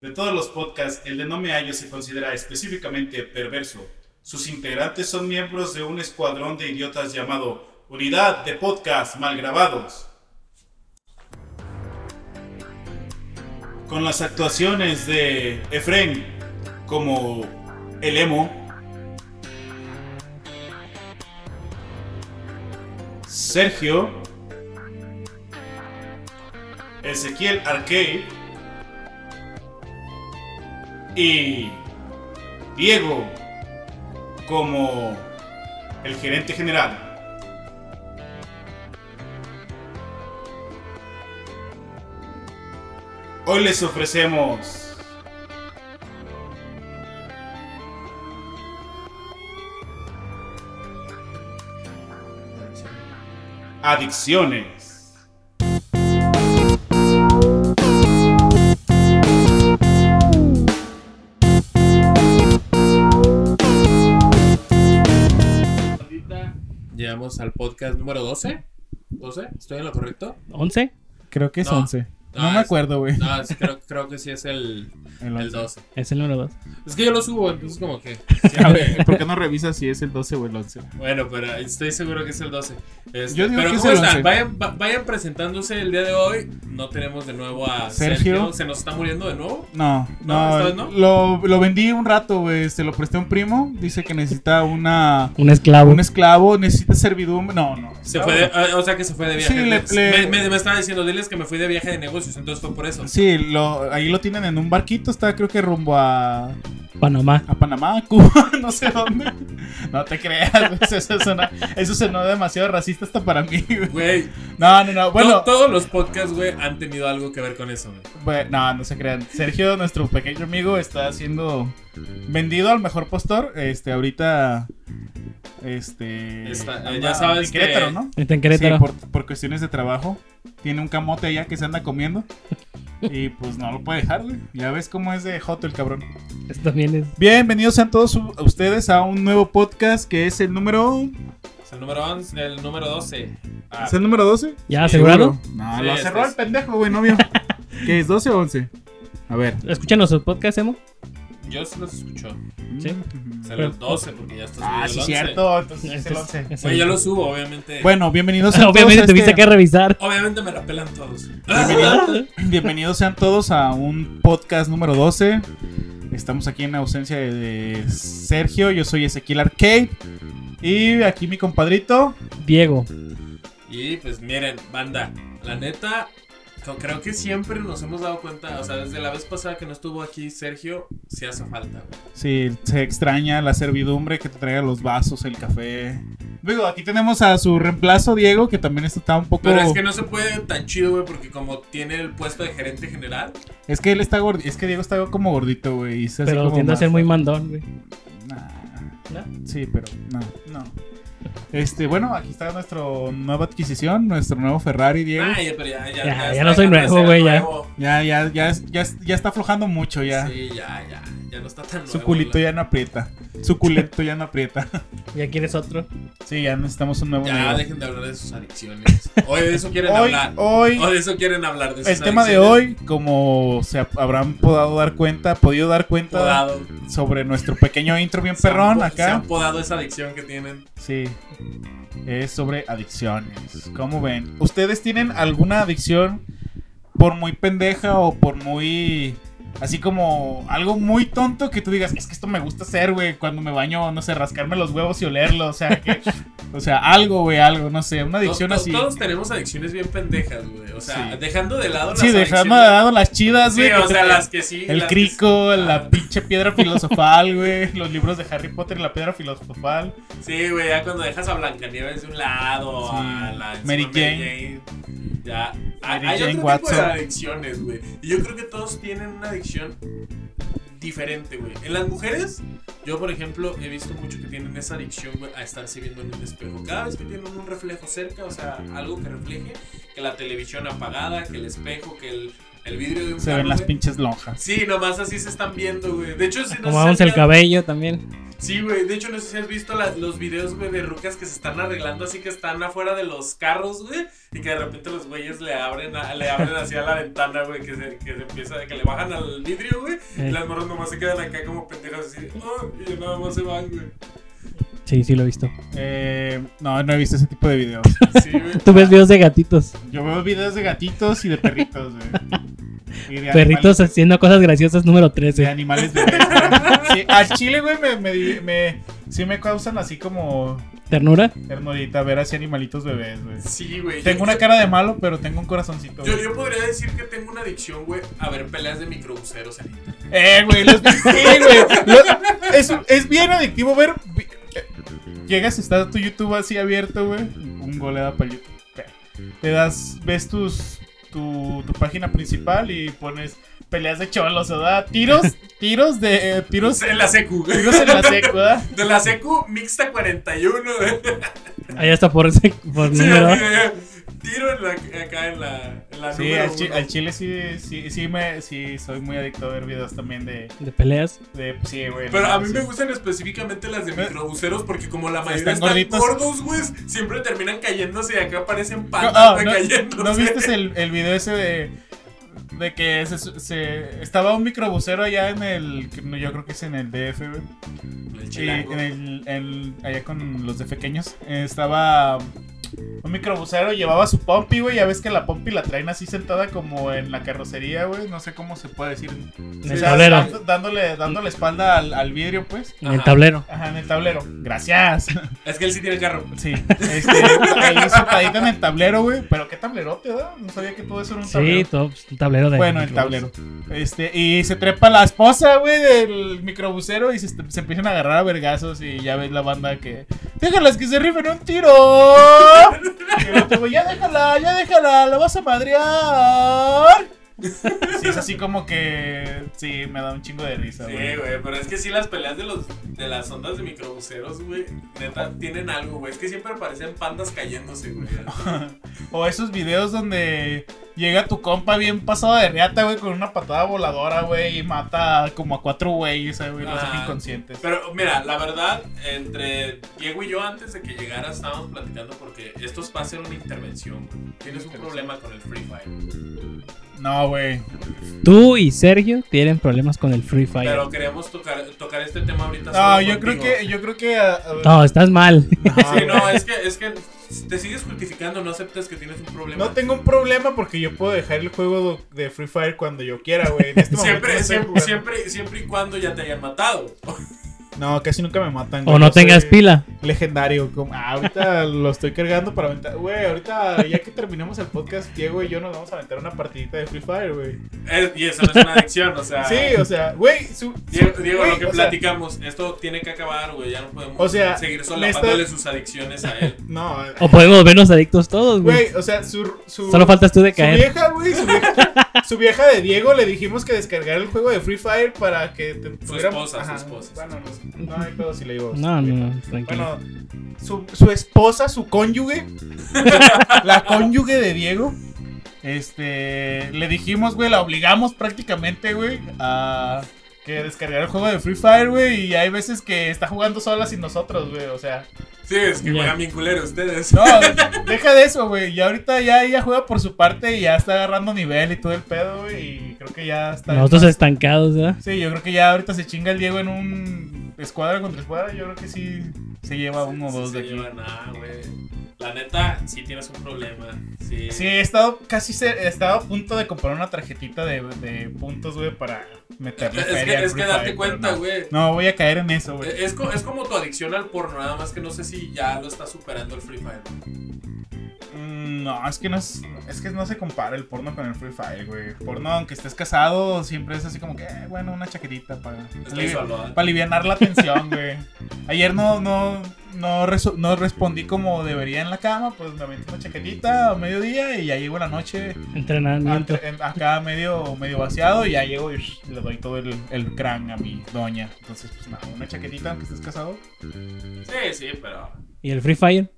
De todos los podcasts, el de No Me Hallo se considera específicamente perverso. Sus integrantes son miembros de un escuadrón de idiotas llamado Unidad de Podcast Malgrabados. Con las actuaciones de Efren como el emo, Sergio, Ezequiel Arcade y Diego como el gerente general. Hoy les ofrecemos adicciones. bandita. Llegamos al podcast número 12. 12, ¿estoy en lo correcto? ¿11? Creo que es No. 11. No, Ah, me es- acuerdo, güey. No, es- creo, creo que sí es el, El el 11. 12. Es el número 2. Es que yo lo subo, entonces como que... siempre- ¿Por qué no revisas si es el 12 o el 11? bueno, pero estoy seguro que es el 12. Este, Yo digo pero que es ¿cómo el están? 11. Vayan, va- vayan presentándose el día de hoy. No tenemos de nuevo a Sergio. Sergio. Se nos está muriendo de nuevo. No, No, esta no. vez no. Lo, lo vendí un rato, güey. Se lo presté a un primo. Dice que necesita una. Un esclavo. Un esclavo, necesita servidumbre. No, no. Se fue de- ah, o sea que se fue de viaje. Sí, le- Me- le- Me, me estaba diciendo, diles que me fui de viaje de negocios, entonces fue por eso. Sí, lo, ahí lo tienen en un barquito. Está, creo que rumbo a, Panamá. a Panamá, Cuba, no sé dónde. No te creas, güey, eso, suena, eso sonó demasiado racista hasta para mí, güey. Güey, No, no, no. Bueno, to- todos los podcasts, güey, han tenido algo que ver con eso, güey. Bueno, no, no se crean. Sergio, nuestro pequeño amigo, está siendo vendido al mejor postor. Este, ahorita. Este. Está- anda ya sabes en Querétaro, que- ¿no? Está en Querétaro. Sí, por, por cuestiones de trabajo. Tiene un camote allá que se anda comiendo. Y pues no lo puede dejar, güey. Ya ves cómo es de Joto el cabrón. Esto también es. Bienvenidos sean todos u- ustedes a un nuevo podcast que es el número. Es el número 11, el número 12. Ah, ¿Es el número 12? ¿Ya asegurado? Seguro. No, Sí, lo este cerró es. el pendejo, güey, novio. ¿Qué es 12 o 11? A ver. Escuchan nuestros podcasts, Emo. Yo sí los escucho. Sí. Mm. Sale el 12 porque ya está Ah, sí, subido el 11. cierto. Entonces es Este el es- 11. es el- Güey, yo lo subo, obviamente. Bueno, bienvenidos a Obviamente todos a tuviste este- que revisar. Obviamente me la pelan todos. Bienvenidos sean todos a un podcast número 12. Estamos aquí en ausencia de, de Sergio. Yo soy Ezequiel Arcade. Y aquí mi compadrito. Diego. Y pues miren, banda, la neta, co- creo que siempre nos hemos dado cuenta, o sea, desde la vez pasada que no estuvo aquí Sergio, sí hace falta, güey. Sí, se extraña la servidumbre que te traiga los vasos, el café. Digo, aquí tenemos a su reemplazo, Diego, que también está un poco. Pero es que no se puede tan chido, güey, porque como tiene el puesto de gerente general, es que él está gordi- Es que Diego está como gordito, güey. y se hace Pero como tiende a más- ser muy mandón, güey. Nah. ¿No? Sí, pero no, no. Este, bueno, aquí está nuestra nueva adquisición, nuestro nuevo Ferrari, Diego. ay, pero ya, ya, Ya, ya está no dejando soy de nuevo, ser güey, ya. nuevo. Ya, ya, ya, es- ya, es- ya está aflojando mucho ya. Sí, ya, ya, ya no está tan nuevo. Su culito güey. ya no aprieta. Su culito ya no aprieta. Ya quieres otro. Sí, ya necesitamos un nuevo Ya, Diego. dejen de hablar de sus adicciones. Hoy de eso quieren Hoy, hablar. hoy, O de eso quieren hablar. De el tema de hoy, como se ha- habrán podido dar cuenta, podido dar cuenta Podado. sobre nuestro pequeño intro bien Se han perrón po- Se acá. han podado esa adicción que tienen. Sí. Es sobre adicciones. ¿Cómo ven? ¿Ustedes tienen alguna adicción por muy pendeja o por muy... Así como algo muy tonto que tú digas, es que esto me gusta hacer, güey, cuando me baño, no sé, rascarme los huevos y olerlo, o sea, que, o sea, algo, güey, algo, no sé, una adicción To- to- así. Todos tenemos adicciones bien pendejas, güey. O sea, Sí. dejando de lado las Sí, dejando de adicciones- lado las chidas, güey. Sí, que o te- sea, las que sí. El las que- crico, Ah. la pinche piedra filosofal, güey, los libros de Harry Potter y la piedra filosofal. Sí, güey, ya cuando dejas a Blancanieves de un lado, Sí. a la encima Mary Jane, Ya. Ah, Mary hay Jane otro tipo Watson. de adicciones, güey. Y yo creo que todos tienen una adicción diferente, güey. En las mujeres, yo por ejemplo he visto mucho que tienen esa adicción, güey, a estarse viendo en un espejo. Cada vez que tienen un reflejo cerca, o sea, algo que refleje, que la televisión apagada, que el espejo, que el, el vidrio de un Se carro, ven las güey. pinches lonjas. Sí, nomás así se están viendo, güey. De hecho, si no se Acomodamos han el cabello también. Sí, güey. De hecho, no sé si has visto la- los videos, güey, de rucas que se están arreglando así que están afuera de los carros, güey. Y que de repente los güeyes le abren, a- le abren así a la ventana, güey, que se, que se empieza, que le bajan al vidrio, güey. Y Eh, las morras nomás se quedan acá como pendejas así. "Oh", y nada más se van, güey. Sí, sí lo he visto. Eh, no, no he visto ese tipo de videos. Sí, güey. Tú ves videos de gatitos, Yo veo videos de gatitos y de perritos, güey. Y de perritos animales- haciendo cosas graciosas número De 13. animales bebés, güey. Sí, al chile, güey, me, me, di- me- sí me causan así como ¿Ternura? ternurita ver así animalitos bebés, güey. Sí, güey. Tengo Yo- una cara de malo, pero tengo un corazoncito. Yo, güey. yo podría decir que tengo una adicción, güey, a ver peleas de microbuseros en internet. Eh, güey, los- sí, güey. Lo- es, es bien adictivo ver. vi- eh, Llegas, está tu YouTube así abierto, güey. Un gol le da para YouTube. Te das, ves tus, tu, tu página principal y pones peleas de cholos, ¿verdad? Tiros, tiros de. eh, tiros, De la secu, güey. tiros en la secu, ¿verdad? De la secu mixta 41, güey. Allá está por, ese- por Sí, número. así de- Tiro en la, acá en la, en la Sí, número al, chi- uno. al chile sí, sí, sí, me, sí, soy muy adicto a ver videos también de. De peleas. de pues sí, güey. Pero no, a mí sí. Eh. me gustan específicamente las de microbuseros porque como la Sí, mayoría están están, gorditos. gordos, güey, siempre terminan cayéndose y acá aparecen No, pandas ah, güey, no, cayéndose. ¿no viste el, el video ese de, de que se, se- estaba un microbusero allá en el. que no, Yo creo que es en el DF, güey. El Y chilango. en el, en- allá con los de pequeños. eh, estaba un microbusero, llevaba su pompi, güey. Ya ves que la pompi la traen así sentada como en la carrocería, güey. No sé cómo se puede decir. En O el sea, tablero. dando- dándole, dándole espalda al, al vidrio, pues. En el Ajá. tablero. Ajá, en el tablero. Gracias. Es que él sí tiene carro. Sí, este, ahí sentadita en el tablero, güey. Pero qué tablerote, ¿verdad? No sabía que todo eso era un Sí, tablero. todo, pues, un tablero de. Bueno, el tablero. Este, y se trepa la esposa, güey, del microbusero y se, est- se empiezan a agarrar a vergazos y ya ves la banda que. ¡Déjalas que se rifen un tiro! Y el otro, güey, ya déjala, ya déjala, la vas a madrear. Sí, es así como que. Sí, me da un chingo de risa, Sí, güey. güey, pero es que sí las peleas de los de las ondas de microbuseros, güey, neta tienen algo, güey. Es que siempre aparecen pandas cayéndose, güey. O esos videos donde llega tu compa bien pasado de reata, güey, con una patada voladora, güey, y mata como a cuatro güeyes, eh, güey, los deja Ah. inconscientes. Pero mira, la verdad, entre Diego y yo antes de que llegara estábamos platicando porque estos pasan una intervención, güey. Tienes un problema con el Free Fire. No, güey. Tú y Sergio tienen problemas con el Free Fire. Pero queremos tocar, tocar este tema ahorita. No, solo yo creo contigo. que, yo creo que. ah, ah, No, estás mal. Sí, no, es que, es que te sigues justificando, no aceptas que tienes un problema. No tengo un problema porque yo puedo dejar el juego do- de Free Fire cuando yo quiera, güey. En este momento no Siempre, estoy siempre, jugando. siempre, siempre y cuando ya te hayan matado. No, casi nunca me matan. O no Yo soy tengas pila. Legendario. como- ah, ahorita lo estoy cargando para aventar. Güey, ahorita ya que terminemos el podcast, Diego y yo nos vamos a aventar una partidita de Free Fire, güey. Es- y eso no es una adicción, o sea. Sí, o sea, güey. su- Diego, su- Diego, güey, lo que o sea, platicamos, esto tiene que acabar, güey. Ya no podemos O sea, seguir me solapándole sus adicciones a él. No, O podemos vernos adictos todos, Oh, güey. güey, o sea, su, su, Solo faltas tú de su caer. vieja, güey, su vieja, su vieja de Diego le dijimos que descargara el juego de Free Fire para que te tuviera- esposa, su esposa. Bueno, no, no hay pedo si le digo. No, su no, vieja. no, tranquilo. Bueno, su, su esposa, su cónyuge, la cónyuge de Diego, este, le dijimos, güey, la obligamos prácticamente, güey, a que descargara el juego de Free Fire, güey, y hay veces que está jugando sola sin nosotros, güey, o sea. Sí, es que Ya. juegan bien culero ustedes. No, deja de eso, güey. Y ahorita ya ella juega por su parte y ya está agarrando nivel y todo el pedo, güey. Y creo que ya está. Nosotros estancados, ¿verdad? Sí, yo creo que ya ahorita se chinga el Diego en un escuadra contra escuadra. Yo creo que sí se lleva uno o Sí, dos se de aquí. lleva nada, güey. La neta, sí tienes un problema. Sí. Sí, he estado casi se- he estado a punto de comprar una tarjetita de, de puntos, güey, para meterle Es feria al que, es Free que date Fire, cuenta, pero güey. Eh. No. No, voy a caer en eso, güey. Es, co- es como tu adicción al porno, nada más que no sé si ya lo está superando el Free Fire. Mm, No, es que no es, es que no se compara el porno con el Free Fire, güey. Porno, aunque estés casado, siempre es así como que, eh, bueno, una chaquetita para, Estoy alivi- solo, ¿eh? para alivianar la tensión, güey. Ayer no, no, no, reso- no respondí como debería en la cama, pues me aventé una chaquetita a mediodía y ya llego en la noche Entrenamiento. entre- en- em, acá medio, medio vaciado y ya llego y ush, le doy todo el, el crán a mi doña. Entonces, pues nada, una chaquetita aunque estés casado. Sí, sí, pero. ¿Y el Free Fire?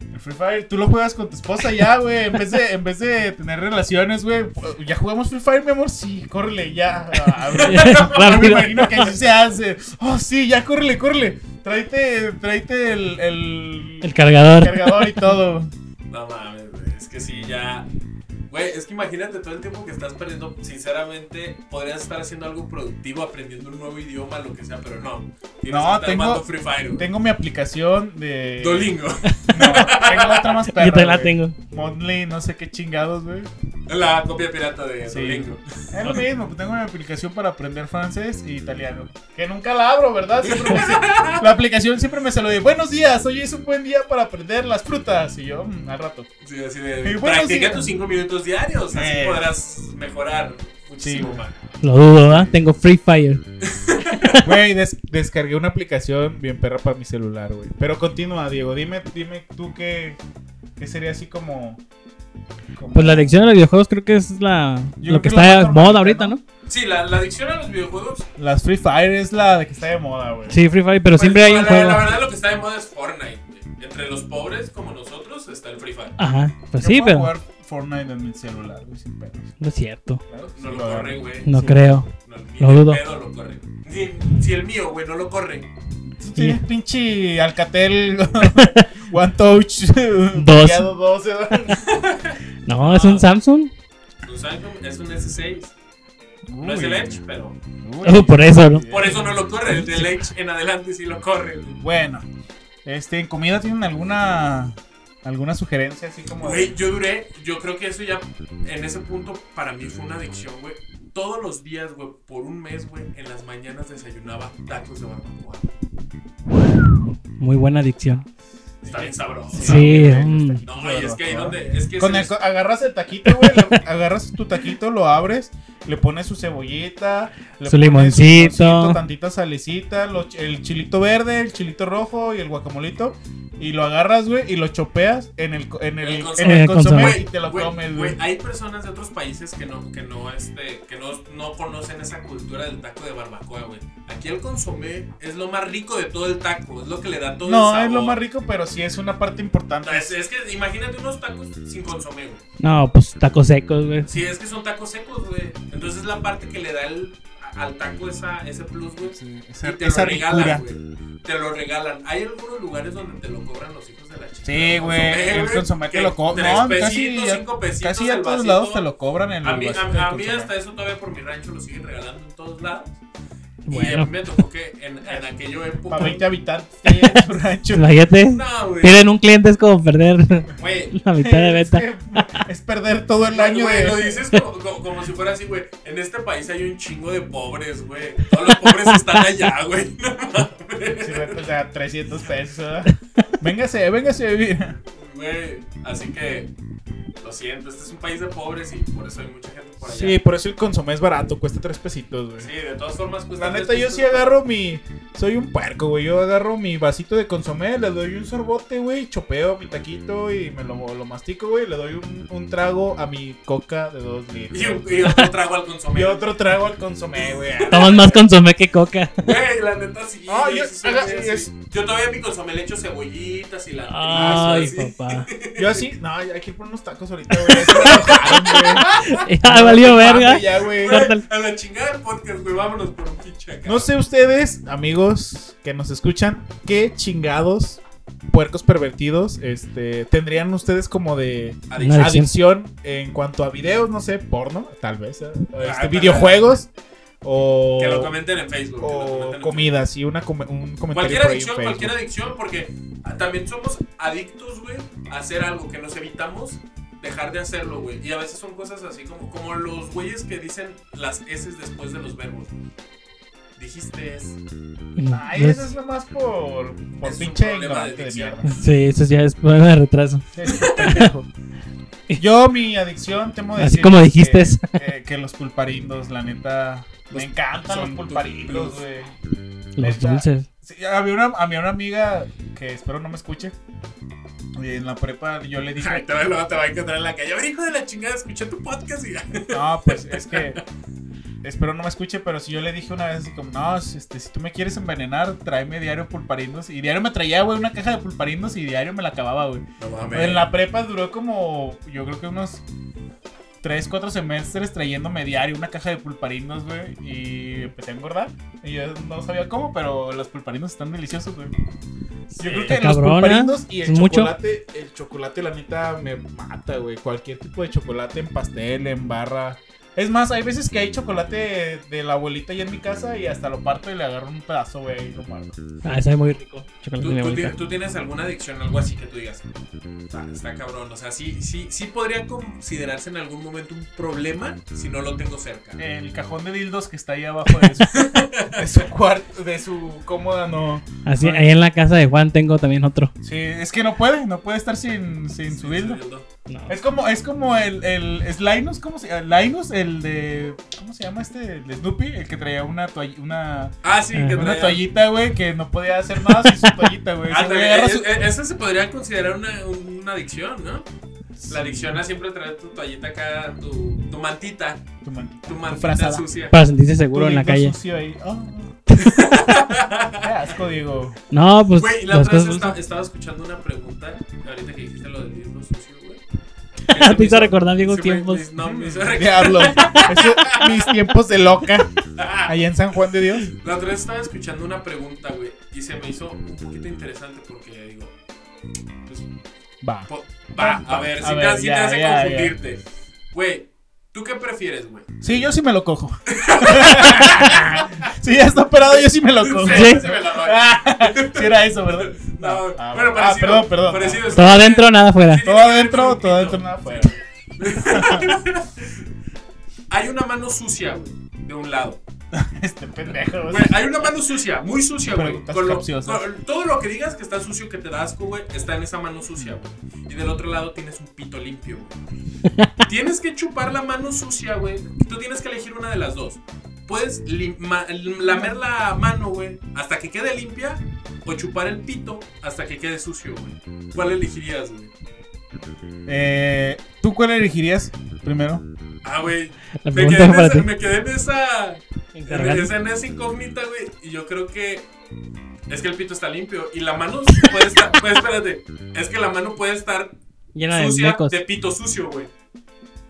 El Free Fire, tú lo juegas con tu esposa ya, güey. En vez de, en vez de tener relaciones, güey. ¿Ya jugamos Free Fire, mi amor? Sí, córrele, ya. Ah, güey. Yo me Rápido. imagino que así se hace. Oh, sí, ya, córrele, córrele. Tráete, tráete el, el, El cargador. cargador y todo. No mames, güey, es que sí, ya. Güey, es que imagínate todo el tiempo que estás perdiendo. Sinceramente, podrías estar haciendo algo productivo, aprendiendo un nuevo idioma, lo que sea, pero no. Tienes No, que estar tengo- armando Free Fire, güey. Tengo mi aplicación de. Dolingo. No, tengo otra más perra. Yo te la güey. tengo. Monthly, no sé qué chingados, güey. La copia pirata de Sí. Dolingo. Es lo mismo, pues, tengo mi aplicación para aprender francés e italiano. Que nunca la abro, ¿verdad? Siempre me se- la aplicación siempre me saluda. Buenos días, hoy es un buen día para aprender las frutas. Y yo, "Mm, al rato. Sí, así Y de. bueno, practica sí. tus 5 minutos diarios, así Eh. podrás mejorar muchísimo Sí. más. Lo dudo, ¿ah? Tengo Free Fire. Güey, des- descargué una aplicación bien perra para mi celular, güey. Pero continúa, Diego. Dime, dime tú qué, qué sería así como. como- Pues la adicción a los videojuegos creo que es la, Yo creo lo que que es lo está más de moda normalita, ahorita, ¿no? ¿no? Sí, la, la adicción a los videojuegos. Las Free Fire es la de que está de moda, güey. Sí, Free Fire, pero pues, siempre hay un la, juego. La verdad, lo que está de moda es Fortnite. güey. Entre los pobres como nosotros está el Free Fire. Ajá, pues Yo sí, puedo pero jugar Fortnite en mi celular, güey, sin pedos. no es cierto. Claro que sí No lo lo hago. corren, güey. No Sí. creo. No, Lo ni de dudo. pedo lo corre. Si, si el mío, güey, no lo corre. Tú tienes pinche Alcatel One Touch ¿eh? Dos. bloqueado 12, ¿verdad? No, Ah. es un Samsung. Tu Samsung es un S6. No es Uy. el Edge, pero. Uy. Oh, Por eso, ¿no? Por eso no lo corre. El del Edge en adelante sí lo corre. güey. Bueno, este, en comida tienen alguna alguna sugerencia así como de- Güey, yo duré. Yo creo que eso ya. En ese punto, para mí fue una adicción, güey. Todos los días, güey, por un mes, güey, en las mañanas desayunaba tacos de barbacoa. Muy buena adicción. Está bien sabroso. Sí, güey. mm. este, No, y es que ahí donde. Es que Con se el- les- agarras el taquito, güey, lo- agarras tu taquito, lo abres, le pones su cebollita, le Su pones limoncito. tantita salecita, lo- el chilito verde, el chilito rojo y el guacamolito. Y lo agarras, güey, y lo chopeas en el, co- en el, El en consomé. el El consomé consomé. y te lo Güey, comes, güey, güey. Hay personas de otros países que no, que no, este, que no, no conocen esa cultura del taco de barbacoa, güey. Aquí el consomé es lo más rico de todo el taco, es lo que le da todo el No, sabor. es lo más rico, pero sí es una parte importante. Es, es que imagínate unos tacos sin consomé, güey. No, pues tacos secos, güey. Sí, es que son tacos secos, güey. Entonces es la parte que le da el- al taco esa, ese plus, güey. esa, y te esa lo ricura. regalan, güey. Te lo regalan. Hay algunos lugares donde te lo cobran los hijos de la chica. Sí, güey, el consomé te lo co- cobran. no, Tres casi pesitos, ya- cinco pesitos. Casi a el todos vasito. lados te lo cobran en A mí, los a- vasitos a de mí consomé. hasta eso todavía por mi rancho lo siguen regalando en todos lados. Y a Bueno. mí me tocó que en, en aquella época. Para 20 habitantes que hay en tu rancho. Imagínate. No, güey. Tienen un cliente, es como perder Güey, la mitad de Es venta. que Es perder todo el año güey, de... lo dices como, como- como si fuera así, güey. En este país hay un chingo de pobres, güey. Todos los pobres están allá, güey. No mames. Sí, güey, pues, a 300 pesos. ¿verdad? Véngase, véngase. mira. Güey, así que. Lo siento, este es un país de pobres y por eso hay mucha gente por allá. Sí, por eso el consomé es barato, cuesta 3 pesitos, güey. Sí, de todas formas cuesta. La tres neta, yo pesos. sí agarro mi. Soy un puerco, güey. Yo agarro mi vasito de consomé, le doy un sorbote, güey. Chopeo mi taquito y me lo, lo mastico, güey. Le doy un, un trago a mi coca de 2 Y, litros. un- y otro trago al consomé. Y otro trago al consomé, güey. Toman más consomé que coca. Güey, la neta sí. Ah, güey, yo- sí, sí, haga- sí, es- sí. Yo todavía en mi consomé le echo cebollitas y la Ah, Ay, papá. Yo así, no, hay que ir por unos tacos ahorita, güey. Ya se me antojaron, güey. Ya valió verga. Ya, güey. Córtale. A la chingada del podcast, güey, vámonos por un pinche acá. No sé ustedes, amigos que nos escuchan, qué chingados puercos pervertidos este, tendrían ustedes como de Adicción. Una adicción. adicción en cuanto a videos, no sé, porno, tal vez, eh, este, tal vez. videojuegos o, Ah, Que lo comenten en Facebook. que lo comenten o en comida, sí, una come- un Facebook. comentario Cualquier por ahí en adicción, Facebook. cualquier adicción, porque ah, también somos adictos, güey, a hacer algo que nos evitamos dejar de hacerlo, güey. Y a veces son cosas así como, como los güeyes que dicen las S después de los verbos. Dijiste es. Ay, eso es nomás por, por Es un pinche problema de ignorante de adicción. mierda. Sí, eso ya es problema de retraso. Sí, pendejo. Yo, mi adicción, temo Así decir como que- dijiste. que, que los pulparindos, la neta. Los- Me encantan los son pulparindos, tus- güey. Los Neta. dulces. Sí, había una, había una amiga que espero no me escuche. y En la prepa yo le Ay, dije, te, va- luego te va a encontrar en la calle. A ver, hijo de la chingada, escuché tu podcast y ya. no, pues es que espero no me escuche, pero si yo le dije una vez así como, no, este, si tú me quieres envenenar, tráeme diario pulparindos. Y diario me traía, güey, una caja de pulparindos y diario me la acababa, güey. No En la prepa duró como, yo creo que unos 3, 4 semestres trayéndome diario una caja de pulparindos, güey. Y empecé a engordar. Y yo no sabía cómo, pero los pulparindos están deliciosos, güey. Yo creo que Está cabrón, los pulparindos y el Es mucho. chocolate, el chocolate, la neta, me mata, güey. Cualquier tipo de chocolate en pastel, en barra. Es más, hay veces que hay chocolate de la abuelita ahí en mi casa y hasta lo parto y le agarro un pedazo, güey, y lo muerdo. Ah, sabe muy rico. Chocolate ¿Tú, de tú abuelita. ti- tú tienes alguna adicción, algo así que tú digas? "Ah, está cabrón. O sea, sí, sí, sí podría considerarse en algún momento un problema si no lo tengo cerca. El cajón de dildos que está ahí abajo de su, de su cuarto, de su cómoda, no. Así, Ah, ahí en la casa de Juan tengo también otro. Sí, es que no puede, no puede estar sin, sin su dildo. No. Es como, es como el, el es Linus, ¿cómo se llama? Linus, el de, ¿cómo se llama este? El de Snoopy, el que traía una toall- una, Ah, sí, que Ah, una traía- toallita, güey, que no podía hacer nada sin su toallita, güey. Ah, Ese güey también, agarra es- su- es- Esa se podría considerar una, una adicción, ¿no? La adicción a siempre traer tu toallita acá, tu, tu mantita, Tu mantita. tu mantita frazada. sucia. Para sentirse seguro Tu en la dildo calle. sucio ahí. Ah. Qué asco, Diego. No, pues. Güey, la las otra vez cosas esta- dulces. estaba escuchando una pregunta, ahorita que dijiste lo del libro sucio, güey. Te hizo recordar viejos Sí, me- tiempos. me- No, me hizo recordar. Diablo. Eso- mis tiempos de loca. Allá en San Juan de Dios. La otra vez estaba escuchando una pregunta, güey, y se me hizo un poquito interesante porque digo, pues, Va. po- va, a ver, A si, ver, te, si te ya, hace ya, ya. confundirte. Güey, ¿tú qué prefieres, güey? Sí, yo sí me lo cojo. sí, ya está operado, yo sí me lo cojo. Sí, se me la doy. Sí era eso, ¿verdad? No, Ah, bueno, ah, parecido, perdón, perdón. parecido, sí. pues, Todo adentro, nada afuera. Sí, Todo tiene que adentro, ver con todo un adentro, pito. nada afuera. Hay una mano sucia, güey, de un lado. Este pendejo. Güey, hay una mano sucia, muy sucia, güey. Preguntas Con lo- capciosas. con- todo lo que digas que está sucio, que te da asco, güey, está en esa mano sucia, güey. Y del otro lado tienes un pito limpio, güey. tienes que chupar la mano sucia, güey. Tú tienes que elegir una de las dos. Puedes lim- ma- lamer la mano, güey, hasta que quede limpia, o chupar el pito hasta que quede sucio, güey. ¿Cuál elegirías, güey? Eh, ¿Tú cuál elegirías primero? Ah, güey. La Me pregunta quedé, es en para ti. esa, me quedé en esa. Interrogante. Esa en esa incógnita, güey. Y yo creo que. Es que el pito está limpio. Y la mano puede estar. Pues espérate. Es que la mano puede estar Llena de sucia mecos. de pito sucio, güey.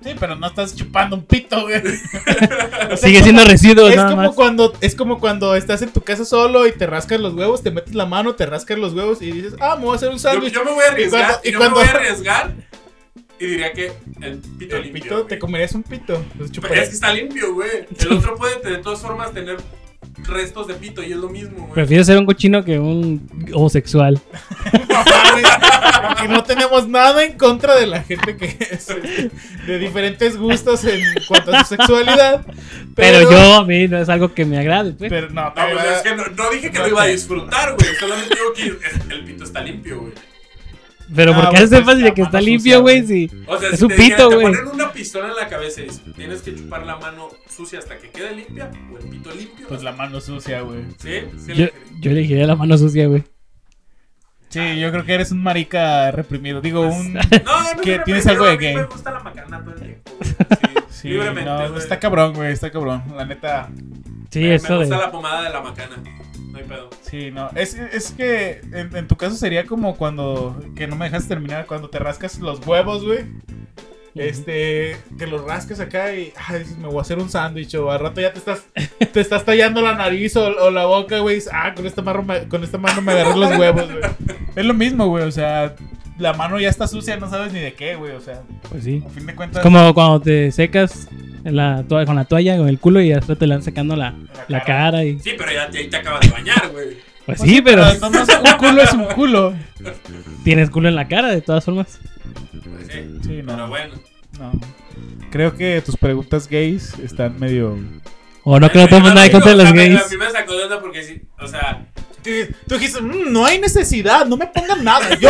Sí, pero no estás chupando un pito, güey. O sea, Sigue es siendo como- residuos es nada como más. cuando es como cuando estás en tu casa solo y te rascas los huevos, te metes la mano, te rascas los huevos y dices, "Ah, me voy a hacer un Yo, sándwich." yo me voy a arriesgar. cuando- y yo cuando- me voy a arriesgar. Y diría que el pito El limpio. pito, te güey. comerías un pito. Entonces, Pero es chuparías- que está limpio, güey. El otro puede de todas formas tener restos de pito. Y es lo mismo, güey. Prefiero ser un cochino que un homosexual. que no tenemos nada en contra de la gente que es este, de diferentes gustos en cuanto a su sexualidad. Pero yo, a mí no es algo que me agrade. Pues. Pero no, No, te pues va- es que no, no dije que lo iba a disfrutar, güey. Solamente digo que es- el pito está limpio, güey. Pero Ah, porque bueno, haces pues, fácil la de que mano está sucia, limpio, güey. güey. Sí. O sea, Es si un te, pito, dijeran, te güey. ponen una pistola en la cabeza y dicen, tienes que chupar la mano sucia hasta que quede limpia o el pito limpio. Pues la mano sucia, güey. Sí, sí. Yo, yo elegiría la mano sucia, güey. Ah. Sí, yo creo que eres un marica reprimido. Digo, un. No, no, que no, tienes pero algo de a mí gay. Me gusta la macana todo el tiempo. güey. Sí, Sí, libremente. no, güey. está cabrón, güey, está cabrón. La neta. Sí, Eh, me, eso me de. gusta la pomada de la macana. No hay pedo. Sí, no. Es, es que en, en tu caso sería como cuando. Que no me dejas terminar. Cuando te rascas los huevos, güey. Este, que los rascas acá y ay, dices, me voy a hacer un sándwich o al rato ya te estás te estás tallando la nariz o, o la boca, güey, y dices, ah, con esta mano me, con esta mano me agarré los huevos, güey. Es lo mismo, güey, o sea, la mano ya está sucia, no sabes ni de qué, güey, o sea, Pues sí. a fin de Es cuentas como cuando te secas en la toa- con la toalla, con el culo y después te la van sacando la, la cara. y Sí, pero ya ya ahí te acabas de bañar, güey. Pues sí, pero de todas maneras, un culo es un culo. tienes culo en la cara de todas formas. Pues sí. Sí, Pero no. bueno. no. Creo que tus preguntas gays están medio O no que no A mí- tenemos a nada en mí contra de no, los a mí- gays. A mí me sacó de onda porque sí. O sea, Tú, tú dijiste, "Mm, no hay necesidad, no me pongan nada. Yo,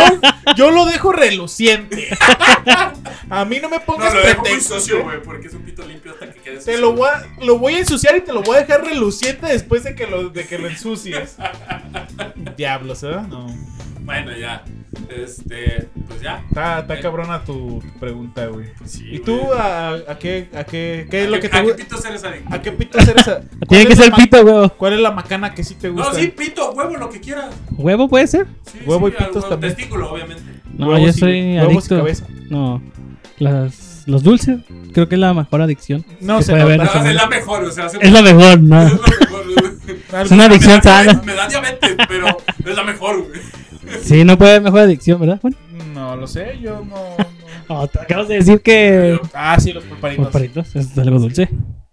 yo lo dejo reluciente. A mí no me no, pongas lo dejo muy pretextos, sucio, güey. güey, porque es un pito limpio hasta que quede sucio. Te lo voy, a, lo voy a ensuciar y te lo voy a dejar reluciente después de que lo, de que lo ensucies. Diablos, ¿eh? No. Bueno, ya. Este, pues ya. Está, está cabrona tu tu pregunta, güey. Pues sí, ¿Y güey. tú a, a qué, a qué, qué es ¿A lo qué- que te ¿A qué gusta? pitos eres adicto? ¿A qué pito eres? a- cuál Tiene que es la ser ma- pito, huevo. ¿Cuál es la macana que sí te gusta? No, sí, pito, huevo, lo que quieras. ¿Huevo puede ser? Sí, Huevo sí, y al pitos también. Testículo, obviamente. No, Huevos yo y- soy huevos y adicto. cabeza. No, las, los dulces creo que es la mejor adicción. No que se puede No, Pero nota. es sí. la mejor, o sea, se- Es la mejor, no. es la mejor, güey. Es una adicción Me da- sana. Me da diabetes, pero es la mejor, güey. Sí, no puede haber mejor adicción, ¿verdad, Juan? No lo sé, yo no. no. Oh, te acabas de decir que. Ah, sí, los pulparitos. Pulparitos, es algo dulce.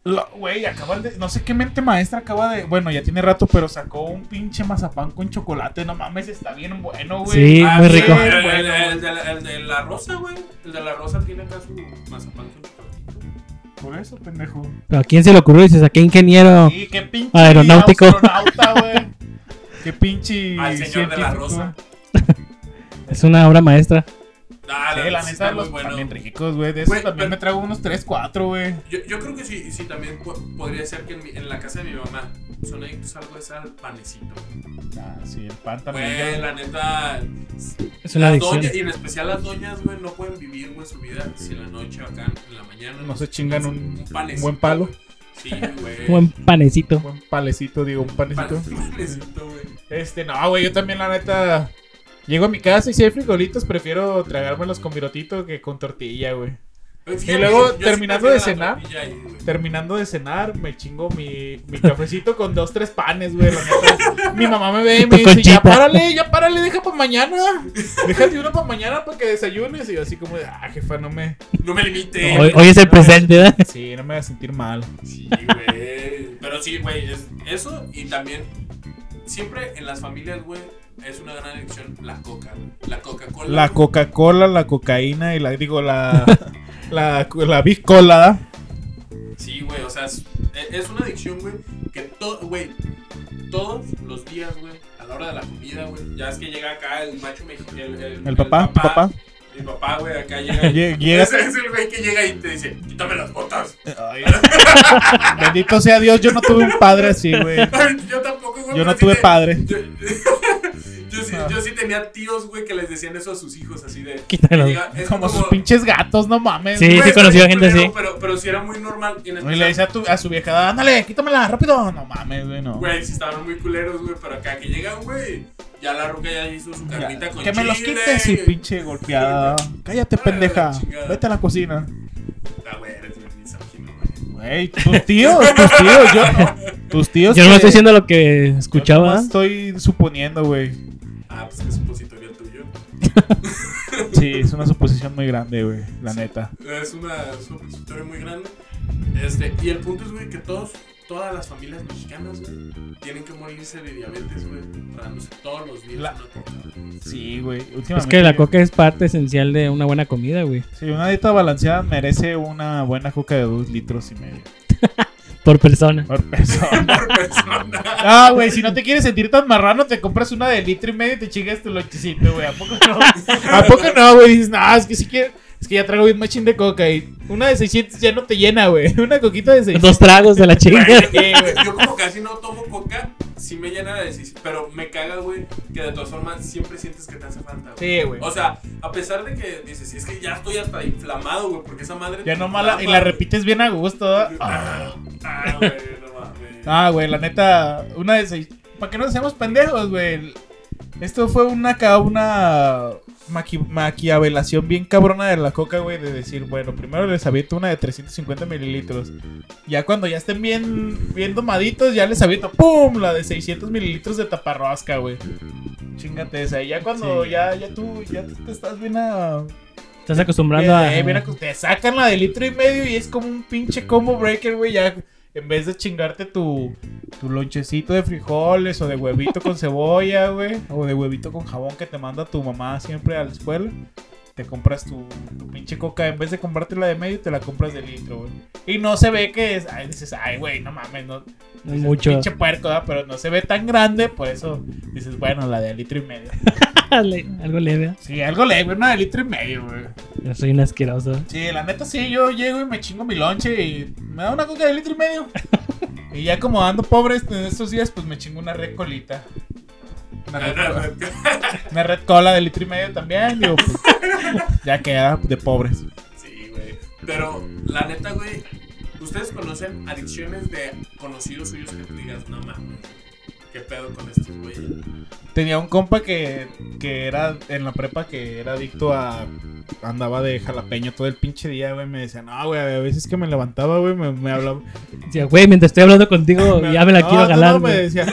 Lo- Güey, acaban de. No sé qué mente maestra acaba de. Bueno, ya tiene rato, pero sacó un pinche mazapán con chocolate. No mames, está bien bueno, güey. Sí, Ah, muy sí, rico. El, bueno, el- güey. el de la, el de la rosa, güey. El de la rosa tiene acá su mazapán con chocolatito. Por eso, pendejo. Pero ¿a quién se le ocurrió? Dices, ¿a qué ingeniero? Sí, qué pinche. Aeronáutico. astronauta, güey. Qué pinche. Al señor de la científico. rosa. Es una obra maestra. Ah, Sí, la sí neta, está los muy bueno. también ricos, güey. De esos Güey, también pero- me traigo unos 3, 4, güey. Yo, yo creo que sí, sí también po- podría ser que en, mi- en la casa de mi mamá son adictos algo de al panecito. Ah, sí, el pan también. Güey, la neta. Es una las adicción. doñas, y en especial las doñas, güey, no pueden vivir, güey, su vida si en la noche o acá en la mañana. No se chingan un- panecito, buen palo. güey. Sí, güey. Buen panecito. Un palecito, digo, un pan- panecito. panecito, güey. Este, no, güey, yo también, la neta. Llego a mi casa y si hay frijolitos, prefiero tragármelos con virotito que con tortilla, güey. Güey, Y luego, yo sí terminando prefiero de la cenar, tortilla ahí, güey. Terminando de cenar, me chingo mi, mi cafecito con dos, tres panes, güey. la neta. Mi mamá me ve y Tu me dice, ya conchita. párale, ya párale, deja para mañana. Déjate uno para mañana para que desayunes. Y yo así como de, ah, jefa, no me... No me Eh, limite. Hoy, hoy es el presente, ¿verdad? Sí, no me va a sentir mal. Sí, güey. Pero sí, güey, es eso y también siempre en las familias, güey, es una gran elección la coca, güey. La Coca-Cola. La güey. Coca-Cola, la cocaína y la, digo, la... La, la Big Cola. Sí, güey, o sea, es, e- es una adicción, güey, que todo, güey, todos los días, güey, a la hora de la comida, güey. Ya es que llega acá el macho mexicano, el, el- El papá, tu papá. Mi papá, güey, acá llega. y- Lle- Llega... Ese es el güey que llega y te dice, quítame las botas. Ay, Bendito sea Dios, yo no tuve un padre así, güey. Yo tampoco, güey. Yo pero no sí tuve te- padre. Ah. Yo, yo sí, yo sí tenía tíos, güey, que les decían eso a sus hijos, así de. Quítalo. que llega- es Como sus pinches gatos, no mames. Sí, güey, sí está conocí a bien gente culero, así. Pero, pero sí era muy normal. y en Y le dice especial, a, tu, a su vieja, ándale, quítamela, rápido. No mames, güey, no. Güey, sí estaban muy culeros, güey, pero acá que llegan, güey. Ya la ruca ya hizo su Ya, carnita con que me los chile, quites y pinche golpeada. Cállate, Ah, pendeja. chingada. Vete a la cocina. Ah, güey, eres bien misógino, güey. Güey, tus tíos, tus tíos, yo no. Tus tíos. Yo que- no estoy diciendo lo que yo nomás escuchaba. Estoy suponiendo, güey. Ah, pues que supositorio tuyo. Sí, es una suposición muy grande, güey. La neta. Es una, es una historia muy grande. Este, y el punto es, güey, que todos, todas las familias mexicanas, güey, tienen que morirse de diabetes, güey, dándose todos los días La- una coca. Sí, güey. Es últimamente- que la coca es parte esencial de una buena comida, güey. Sí, una dieta balanceada merece una buena coca de dos litros y medio. Por persona. Por persona. Por persona. Ah, güey, si no te quieres sentir tan marrano, te compras una de litro y medio y te chingas tu lonchecito, güey. ¿A poco no? ¿A poco no, güey? Dices, no, es que si quiero. Es que ya traigo bien machín de coca y una de 600 ya no te llena, güey. Una coquita de 600. Dos tragos de la chinga. Sí, güey. Yo como casi no tomo coca, sí me llena de decisión, pero me caga, güey, que de todas formas siempre sientes que te hace falta, güey. Sí, güey. O sea, a pesar de que dices, es que ya estoy hasta inflamado, güey, porque esa madre... Ya te no mala. Y inflama, la güey. repites bien a gusto. ¿verdad? Ah, ah, güey, no mames. Ah, güey, la neta. Una de 6. ¿Para qué no seamos pendejos, güey? Esto fue una, ca- una maqui maquiavelación bien cabrona de la coca, güey, de decir, bueno, primero les aviento una de 350 mililitros. Ya cuando ya estén bien, bien domaditos, ya les aviento, ¡pum! La de 600 mililitros de taparrosca, güey. Chingate esa. Y ya cuando Sí. ya, ya tú, ya tú te estás bien a... Estás acostumbrando a. Eh, bien a- Te sacan la de litro y medio y es como un pinche combo breaker, güey, ya... En vez de chingarte tu, tu lonchecito de frijoles o de huevito con cebolla, güey, o de huevito con jabón que te manda tu mamá siempre a la escuela, te compras tu, tu pinche coca. En vez de comprarte la de medio, te la compras de litro, güey. Y no se ve que es. Ay, dices, ay, güey, no mames, no. No es mucho. Pinche puerco, ¿verdad? pero no se ve tan grande, por eso dices, bueno, la de litro y medio. Le- Algo leve. ¿eh? Sí, algo leve, una de litro y medio, güey. Yo soy un asqueroso. Sí, la neta sí, yo llego y me chingo mi lonche y me da una coca de litro y medio. y ya como ando pobre este- en estos días, pues me chingo una recolita. Una red, cola. Una red cola de litro y medio también. Digo, pues, ya queda de pobres. Sí, güey. Pero la neta, güey, ¿ustedes conocen adicciones de conocidos suyos que te digas, no mames, qué pedo con estos güeyes? Tenía un compa que, que era en la prepa que era adicto a. Andaba de jalapeño todo el pinche día, güey. Me decía, no, güey, a veces que me levantaba, güey, me, me hablaba. Decía, güey, mientras estoy hablando contigo, Pues ya me la No, quiero no, galar. No, me güey". decía,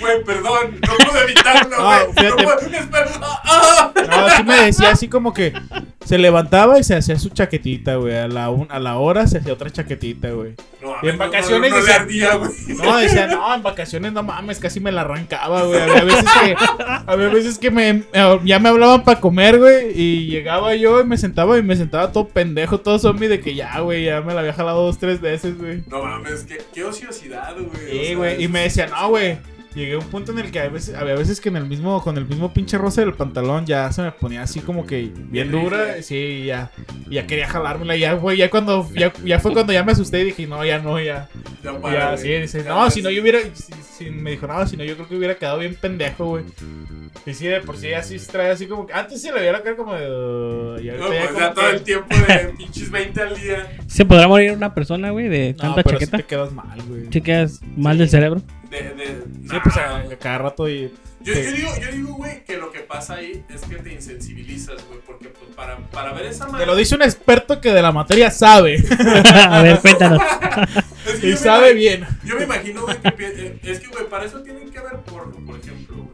Güey, perdón, no puedo evitarlo, No, güey. No, Ah, fíjate. puedo, es verdad. ¡Ah! No, sí me decía así como que se levantaba y se hacía su chaquetita, güey. A la, un- a la hora se hacía otra chaquetita, güey. No, a Y en mí no- vacaciones no, no le decía- ardía, güey. No, decía, no, en vacaciones no mames, casi me la arrancaba, güey. Había veces que, había veces que me, eh, ya me hablaban para comer, güey. Y llegaba yo y me sentaba y me sentaba todo pendejo, todo zombie de que ya, güey, ya me la había jalado dos, tres veces, güey. No mames, qué, qué ociosidad, güey. o Sí, sea, güey. Y me decía, no, güey. Llegué a un punto en el que a veces, había veces que en el mismo, con el mismo pinche roce del pantalón ya se me ponía así como que bien dura. Sí, ya. Ya quería jalármela. Ya, güey, ya cuando, ya, ya fue cuando ya me asusté y dije, no, ya no, ya. Ya, para, Ya, güey. sí, dice, Ya, no, pues, si no yo hubiera, si, si- me dijo, no, si no yo creo que hubiera quedado bien pendejo, güey. Y sí, de por sí así se trae así como que, antes se le veía la cara como de, "Ugh", y No, ahorita ya pues como ya todo que- el tiempo de pinches 20 al día. ¿Se podrá morir una persona, güey, de No, tanta pero sí chaqueta? te quedas mal, güey. ¿Te quedas mal Sí. del cerebro? De, de, Sí, nah, pues a, a cada rato y Yo, Sí. yo digo, yo digo, güey, que lo que pasa ahí es que te insensibilizas, güey, porque pues, para, para ver esa Te lo madre... dice un experto que de la materia sabe a ver, cuéntanos. Es que y yo me sabe imag- bien. Yo me imagino, güey, que... pi- eh, Es que, güey, para eso tienen que ver porno, por ejemplo, güey.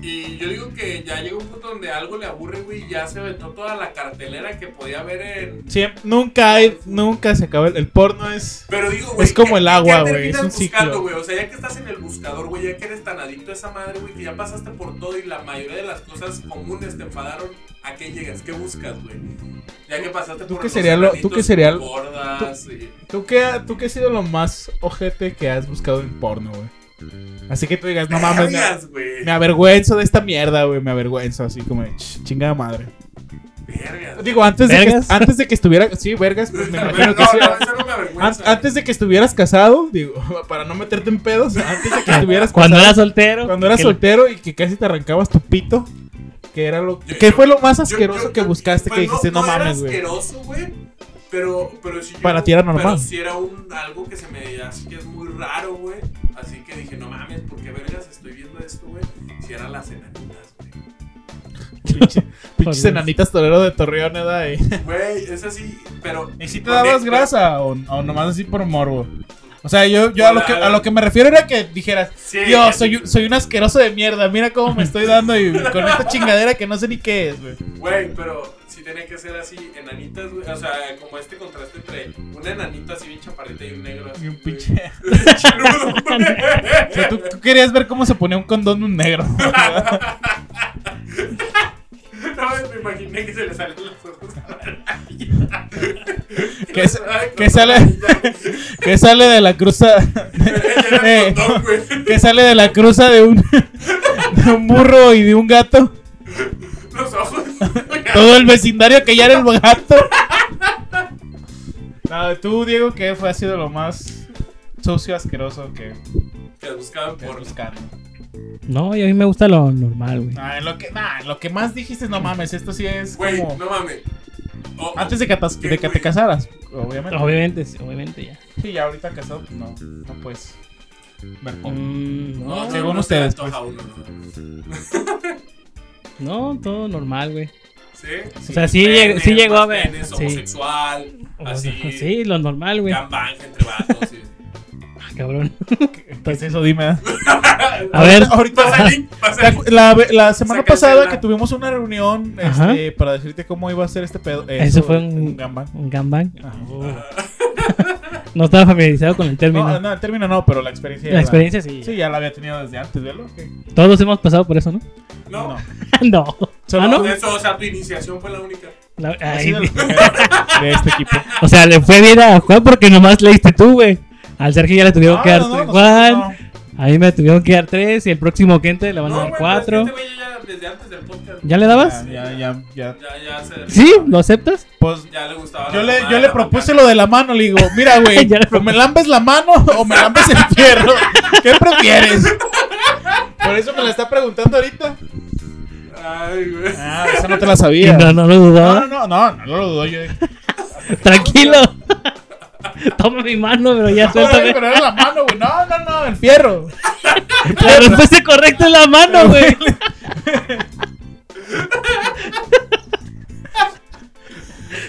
Y yo digo que ya llega un punto donde algo le aburre, güey, y ya se aventó toda la cartelera que podía ver en... Siempre, nunca hay, nunca se acaba el, el porno es Pero digo, güey, Es como el ¿qué- agua, qué güey, terminas es un buscando, ciclo. güey? O sea, ya que estás en el buscador, güey, ya que eres tan adicto a esa madre, güey, que ya pasaste por todo y la mayoría de las cosas comunes te enfadaron, ¿a qué llegas? ¿Qué buscas, güey? Ya que pasaste ¿Tú por qué los sería lo- tú enanitos qué sería lo- gordas y- ¿Tú qué, ¿Tú qué has sido lo más ojete que has buscado en porno, güey? Así que tú digas, no mames, me, Vergas, güey. me avergüenzo de esta mierda, güey, me avergüenzo, así como de ch- chingada madre. Vergas. Digo, antes de, que, ¿Vergas? antes de que estuviera, sí, vergas, pues me imagino que no, sí. no, eso no me An- avergüenza. antes de que estuvieras casado, digo, para no meterte en pedos, antes de que estuvieras Cuando casado, era soltero. cuando eras que- soltero y que casi te arrancabas tu pito, que era lo Yo- ¿Qué yo- fue lo más Yo- asqueroso yo- que yo- buscaste pues que dijiste, no, era mames, güey? asqueroso, güey. Pero, pero sí. yo- Para ti era normal. Pero sí era un, algo que se me hace que es muy raro, güey. Así que dije, no mames, ¿por qué vergas estoy viendo esto, güey? Si eran las enanitas, güey. Pinche- Pinches Dios. enanitas torero de Torreón, ¿eh? da? Y- Güey, es así, pero. ¿Y si te porque- dabas pero- grasa o, o nomás así por morbo? O sea, yo, yo a, lo que, a lo que me refiero era que dijeras, Sí, Dios, soy, un- soy un asqueroso de mierda, mira cómo me estoy dando y con esta chingadera que no sé ni qué es, güey. Güey, pero sí tenía que ser así, enanitas, güey. O sea, como este contraste entre una enanita así bien chaparrita y un negro así. Y un güey. pinche... Chinudo, güey. O sea, tú, tú querías ver cómo se ponía un condón un negro. No, me imaginé que se le salen los ojos. Que es- que sale- que sale de la cruza... Era el condón, güey. que sale de la cruza de un, de un burro y de un gato. Los ojos. Todo el vecindario que ya era el gato. No, tú, Diego, ¿qué fue, ha sido lo más sucio, asqueroso que Que buscaban que has por. buscado? No, y a mí me gusta lo normal, güey. Ah, en lo que, nah, en lo que más dijiste, no mames, esto sí es Güey, como... no mames. O- Antes de que, atas- de que te casaras, obviamente. Obviamente, sí, obviamente ya. Sí, ya ahorita casado, pues no, no puedes. ver porno. Mm, no, no, no, según no se ustedes, le antoja pues. a uno, ¿no? no, todo normal, güey. Sí. O sea, sí, lleg- sí Penes, llegó a más ver. penes, Sí. homosexual. Así. sí, lo normal, güey. Gambang entre vatos. sí. Ah, cabrón. Pues eso, dime. A ver, Pasa el link, pasa La, el link. la- la semana Sácate pasada la- que tuvimos una reunión Ajá. este, para decirte cómo iba a ser este pedo. Eso fue un- gambán. un gangbang. Ajá. No estaba familiarizado con el término. No, no, el término no, pero la experiencia. la experiencia sí. Sí, ya la había tenido desde antes, ¿velo? Que- Todos hemos pasado por eso, ¿no? No, no. Solo Ah, ¿no? Eso, o sea, tu iniciación fue la única. La- ha ay, sido los primeros de este equipo. o sea, le fue bien a Juan porque nomás leíste tú, güey. Al Sergio ya le tuvieron No, que dar no, no, tres. nosotros Juan, no. a mí me tuvieron que dar tres y el próximo que entre le van a No, dar güey, cuatro. pero es que este güey ya desde antes del podcast. ¿Ya le dabas? este Ya, ya, Ya, ya. ya se. ¿Sí? ¿Lo aceptas? Pues Ya le gustaba. yo la le, mamá, yo le la propuse mamá. lo de la mano, le digo, mira, güey, Ya le o propuse. me lambes la mano o me lambes el fierro. ¿Qué prefieres? Por eso me la está preguntando ahorita. Ay, güey. Ah, esa no te la Y sabía. no, no lo No, no, dudó. no, no, no lo dudo yo. Tranquilo. Toma mi mano, pero ya Ay, suéltame. Pero era la mano, güey. No, no, no, el fierro. La respuesta correcta es la mano, güey.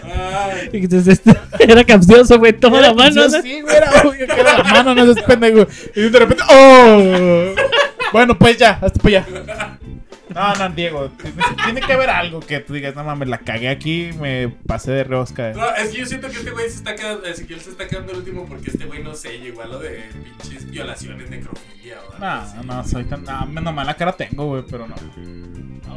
Ah. Ay, Entonces, este, Era capcioso, güey. Toma la mano. Yo ¿no? Sí, güey, era obvio que era la mano, no seas pendejo. Y de repente, ¡oh! Bueno, pues ya, hasta para allá. No, no, Diego, tiene, tiene que haber algo que tú digas, no mames, la cagué aquí, me pasé de rosca. No, es que yo siento que este güey se está quedando, Ezequiel se está quedando el último porque este güey no sé, llegó a lo de pinches violaciones, necrofilia o algo así. No, no, soy tan. No, menos mala cara tengo, güey, pero no.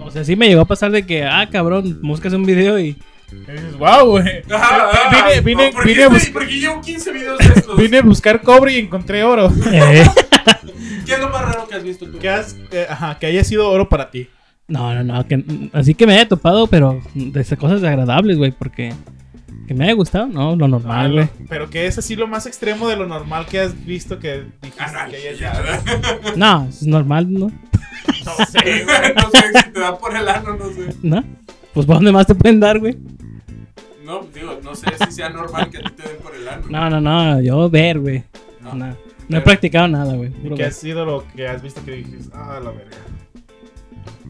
O sea, sí me llegó a pasar de que, ah, cabrón, buscas un video y. Y dices, wow, güey. Ah, ah, Vine, vine, no, ¿por qué vine, a estoy- bus- ¿Por qué llevo 15 videos de estos? vine a buscar cobre y encontré oro. Eh, ¿Qué es lo más raro que has visto tú? Que, has- que- ajá, que haya sido oro para ti. No, no, no. que- así que me haya topado, pero de esas cosas desagradables, güey, porque. Que me haya gustado, no, lo normal, güey. Pero que es así lo más extremo de lo normal que has visto que dijiste Ah, que ya, hayas ya. No, es normal, ¿no? No sé, eh, güey, no sé si te da por el ano, no sé. ¿No? Pues ¿por dónde más te pueden dar, güey? No, digo, no sé si sea normal que a ti te den por el ano. No, no, no, yo ver, güey. No, no, he Pero- practicado nada, güey. Y puro que ha ver. sido lo que has visto que dices, ah, la verga.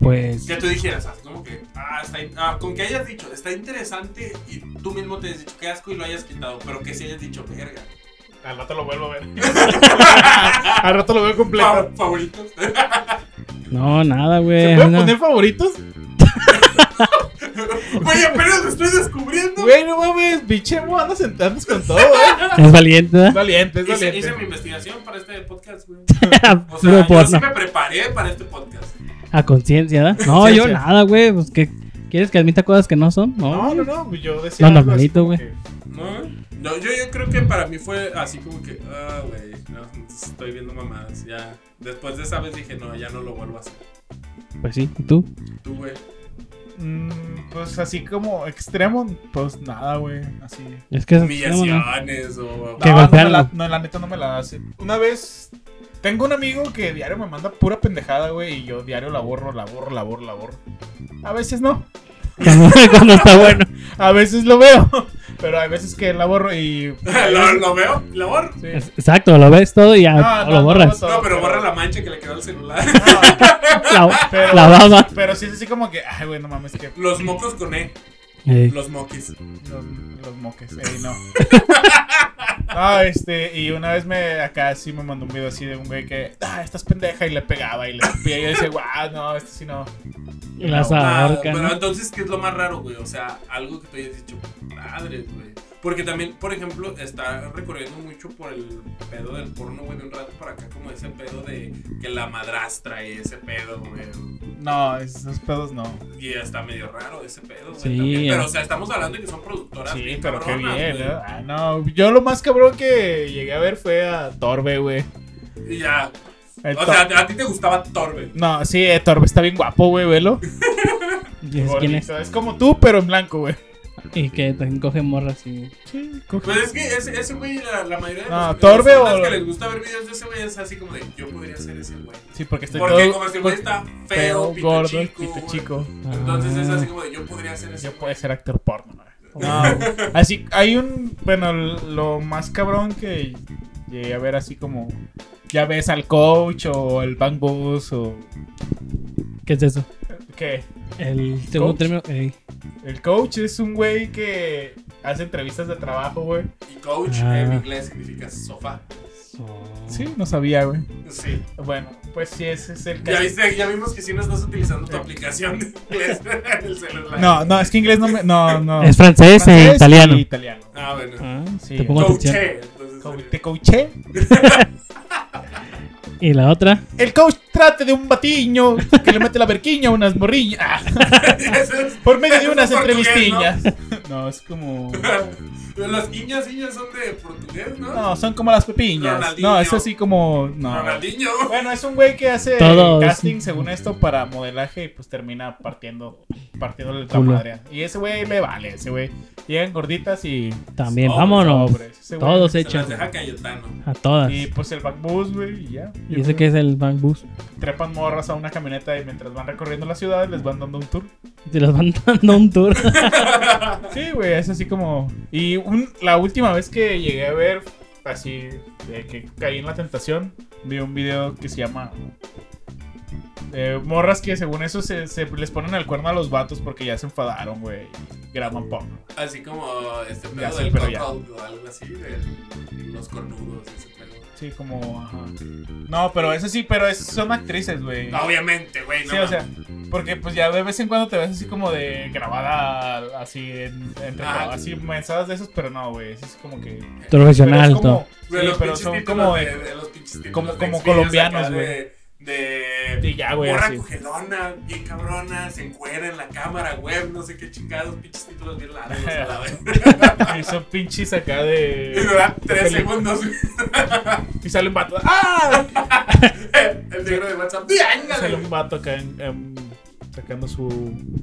Pues Que tú dijeras, ah, como que, ah, está in- ah, con que hayas dicho, está interesante y tú mismo te has dicho, qué asco y lo hayas quitado, pero que si hayas dicho, verga. Al rato lo vuelvo a ver. Al rato lo veo Fa- completo. Favoritos. no, nada, ¿Se güey. pueden Eh, no. poner favoritos? Oye, apenas lo estoy descubriendo. Güey, no mames, biche, andas sentados con todo, eh. Es valiente, Es ¿verdad? valiente, es Hice, hice mi valiente. investigación para este podcast, güey. O Puro sea, yo porno. sí me preparé para este podcast. A conciencia, ¿verdad? No, yo Conciencia. nada, güey. Pues que quieres que admita cosas que no son, ¿no? No, no, no, yo decía. No, algo así normalito, como güey. que- ¿No? No, yo, yo creo que para mí fue así como que, ah, güey, no, estoy viendo mamadas. Ya, después de esa vez dije, no, ya no lo vuelvo a hacer. Pues sí, ¿y tú? Tú, güey. mm, Pues así como extremo, pues nada, güey. Así. Es que no, no. Humillaciones o. Que No, no, me golpearlo. la, no, la neta no me la hace. Una vez. Tengo un amigo que diario me manda pura pendejada, güey, y yo diario la borro, la borro, la borro, la borro. A veces no. cuando, cuando está bueno. A veces lo veo, pero hay veces que la borro y. lo, lo veo, lo borro. Sí. Es- Exacto, lo ves todo y ya No, no, lo no, borras. no, No, pero borra la mancha que le quedó al celular. La, pero- la baba. Pero sí es así como que, ay, güey, no mames, que Los mocos con E. Eh, Los moquis. los, los moques, ey, no. No, este, y una vez me, acá sí me mandó un video así de un güey que, ah, estás pendeja, y le pegaba y le escupía, y yo decía, guau, no, esto sí no. y las Ah, ahorcan. pero ¿no? entonces, ¿qué es lo más raro, güey? O sea, algo que tú hayas dicho, madres, güey. Porque también, por ejemplo, está recorriendo mucho por el pedo del porno, güey, de un rato para acá, como ese pedo de que la madrastra y ese pedo, güey. No, esos pedos no. Y está medio raro ese pedo, güey. Sí. también. Pero, o sea, estamos hablando de que son productoras. Sí, bien pero qué cabronas, bien, güey. ¿no? Ah, no, yo lo más cabrón que llegué a ver fue a Torbe, güey. Y ya. El O Tor- sea, a ti te gustaba Torben. no, sí, eh, Torbe está bien guapo, güey, velo. Y es quién es. Gordito, es como tú, pero en blanco, güey. Y que te coge morras y. Sí, coge- Pues es que ese, ese güey, la, la mayoría de Ah, las Torbe personas o- que les gusta ver videos de ese güey es así como de, yo podría ser ese güey. Sí, porque estoy Porque todo como es que el güey está feo, feo, pito gordo, chico, pito güey. chico. Entonces es Ah. así como de, yo podría ser ese Yo güey. puedo ser actor porno. ¿no? así, hay un, bueno, lo más cabrón que llegué a ver así como, ya ves al coach o al bambus o... ¿Qué es eso? ¿Qué? El segundo Coach. término. eh, El coach es un güey que hace entrevistas de trabajo, güey. Y coach Ah. en inglés significa sofá. so- Sí, no sabía, güey. Sí. Bueno, pues sí, ese es el Ya, caso. viste, ya vimos que sí no estás utilizando tu Sí. aplicación de inglés en el celular. No, no, es que inglés no me... No, no. Es francés, e Ah. Francés italiano. y italiano. Ah, bueno. Ah, Sí. te pongo atención. Coaché. Entonces, Co- sería- Te coaché. Y la otra. El coach trate de un batiño que le mete la verquiña a unas morrillas. Ah. Eso es- Por medio de eso es unas portugués, entrevistillas. ¿no? es como. Pero las niñas, niñas son de portugués, ¿no? No, son como las pepiñas. Ronaldinho. No, es así como. No. Ronaldinho. Bueno, es un güey que hace Todos. casting según esto para modelaje y pues termina partiendo, partiendo la Culo. madre. Y ese güey le vale, ese güey. Llegan gorditas y. También, Sobres, vámonos. sobres, ese güey. Todos Se las hechos. deja Cayetano. A todas. Y pues el backbus, güey, y ya. ¿Y ese que es el Bank Bus? Trepan morras a una camioneta y mientras van recorriendo la ciudad les van dando un tour. Te las van dando un tour. Sí, güey, es así como. Y un- la última vez que llegué a ver, así, de que caí en la tentación, vi un video que se llama. eh, morras que según eso se, se les ponen el cuerno a los vatos porque ya se enfadaron, güey. y Graban porno. Así como este Ya pedo sé, del pero ya. coco o algo así, de los cornudos, ese pedo. Sí, como. Ajá. No, pero eso sí, pero es- son actrices, güey. Obviamente, güey, no. Sí, o sea, porque pues ya de vez en cuando te ves así como de grabada así en- entre Ah. así mensadas de esos, pero no, güey, eso es como que Profesional, todo. Pero es como- sí, pero son como de, de, los pinches títulos como- de como Xvideos colombianos, acá güey. De, de, Y ya, güey, morra así. cogelona, bien cabrona, se encuera en la cámara web, no sé qué chingados, pinches títulos bien largos a la vez. y son pinches acá Y de dura tres segundos, güey. y sale un vato. ¡Ah! El negro de WhatsApp. Sale ¡Ándale! un vato acá en- en- sacando su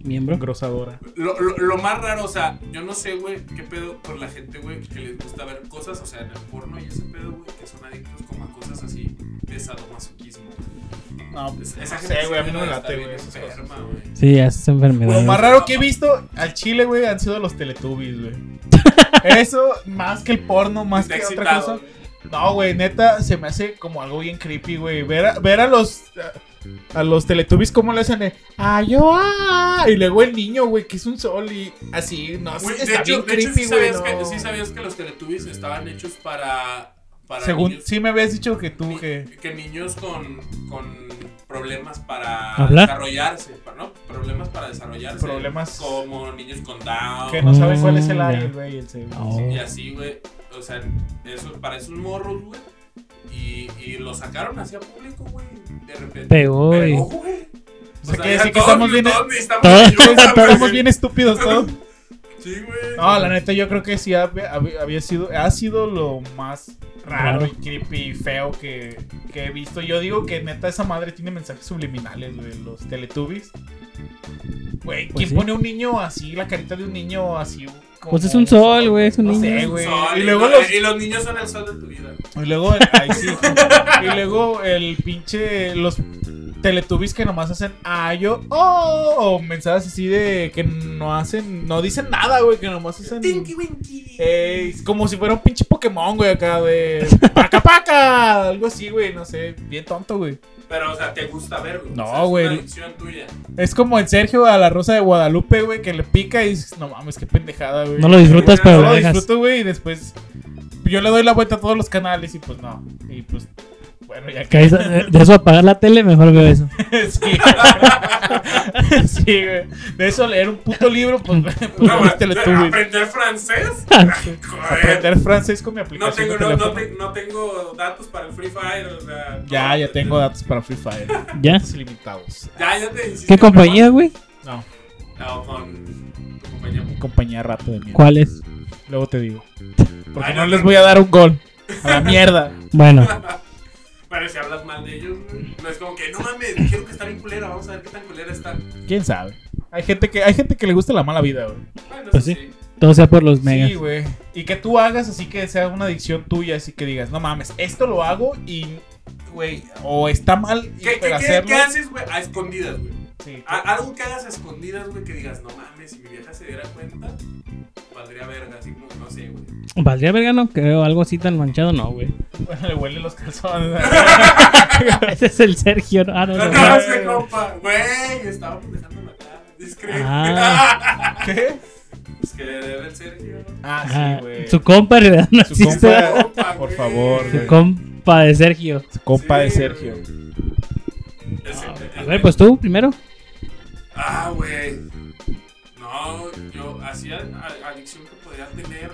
Miembro. engrosadora. Lo, lo, lo más raro, o sea, yo no sé, güey, qué pedo con la gente, güey, que les gusta ver cosas, o sea, en el porno y ese pedo, güey, que son adictos como a cosas así de sadomasoquismo. No, Es- no pues, Esa gente sé, güey, a mí no me está late, bien güey, esas enferma, cosas. güey. Sí, ya es Lo más enfermedad. raro que he visto al chile, güey, han sido los Teletubbies, güey. Eso, más que el porno, más Está que otra excitado, cosa. güey. No, güey, neta, se me hace como algo bien creepy, güey. Ver a, ver a los. A los Teletubbies cómo le hacen de. ¡Ah, yo! ah", Y luego el niño, güey, que es un sol y así. No, Güey, de está hecho, bien de hecho, creepy, sí, güey. sabías que, no. sí sabías que los Teletubbies estaban hechos para. para Según. niños, Sí me habías dicho que tú, ni- que. que niños con, con problemas para ¿Hablar? desarrollarse, pa- ¿no? Problemas para desarrollarse. Problemas- Como niños con Down. Que no sabe cuál es Mm, el A y ya. el B y el C. güey. Oh. Y así, güey. O sea, eso, para esos morros, güey. Y, y lo sacaron hacia público, güey. De repente. Pegó y- güey. O sea, que ya sí que todos- estamos bien- Todos necesitamos todos- ayuda, güey. Estamos bien estúpidos todos. Sí, güey. No, la neta, yo creo que sí había, había- había sido, ha sido lo más raro y creepy y feo que, que he visto. Yo digo que neta esa madre tiene mensajes subliminales, güey, los Teletubbies. Güey, ¿quién Pues sí. pone un niño así, la carita de un niño así? como- Pues es un sol, güey, es un No niño. sé, güey. Sol, Y luego no- los... y los niños son el sol de tu vida. Y luego, ay, sí. y luego el pinche, los Teletubbies que nomás hacen ayo, oh, o mensajes así de que no hacen, no dicen nada, güey, que nomás hacen... Tinky Winky. Eh, es como si fuera un pinche Pokémon, güey, acá de. ¡Paca, paca! Algo así, güey, no sé. Bien tonto, güey. Pero, o sea, te gusta verlo. No, O sea, güey. Es una adicción tuya. Es como el Sergio a la Rosa de Guadalupe, güey, que le pica y dices, no mames, qué pendejada, güey. No lo disfrutas, No pero lo lo dejas. disfruto, güey, y después. Yo le doy la vuelta a todos los canales y pues no. Y pues. Bueno, ya Que que. eso- De eso apagar la tele, mejor veo eso. sí. sí, güey. De eso leer un puto libro, pues. pues No, no, güey, Teletubbies. ¿Aprender francés? Joder. Aprender francés con mi No aplicación. tengo, de no, no, teléfono. te- no tengo datos para el Free Fire. O sea, no. Ya, ya tengo datos para Free Fire. ¿Ya? Datos ilimitados. Ya, ya te hiciste ¿Qué compañía, güey? No. No, con tu compañía. Mi compañía rato de mierda. ¿Cuál es? Luego te digo. Porque Ay, no no, les no. voy a dar un gol. A la mierda. Bueno, Pero si hablas mal de ellos, güey. No es como que, no mames, dijeron que está bien culera. Vamos a ver qué tan culera está. ¿Quién sabe? Hay gente que, hay gente que le gusta la mala vida, güey. Bueno, Pues eso sí. sí. todo sea por los megas. Sí, güey. Y que tú hagas así que sea una adicción tuya, así que digas, no mames, esto lo hago y, güey, o está mal y ¿Qué, Ah, qué, pero qué, hacerlo. ¿Qué haces, güey? A escondidas, güey. Sí. A- algo que hagas a escondidas, güey, que digas, no mames, si mi vieja se diera cuenta, valdría verga, así como, no sé, güey. Valdría verga, no creo. Algo así tan manchado, no, güey. Bueno, le huelen los calzones. Ese es el Sergio. ¿no? Ah, no, no, no. No, se compa, güey, estábamos dejando la cara, discreto. Ah. ¿Qué? pues que le debe el Sergio. Ah, Ajá. sí, güey. Su compa, en realidad, no Su existe. compa, compa, por güey. favor, Su güey. compa de Sergio. Su compa de Sí, Sergio. güey. Ese- A ver, pues tú primero. Ah, güey. No, yo hacía adicción que podría tener.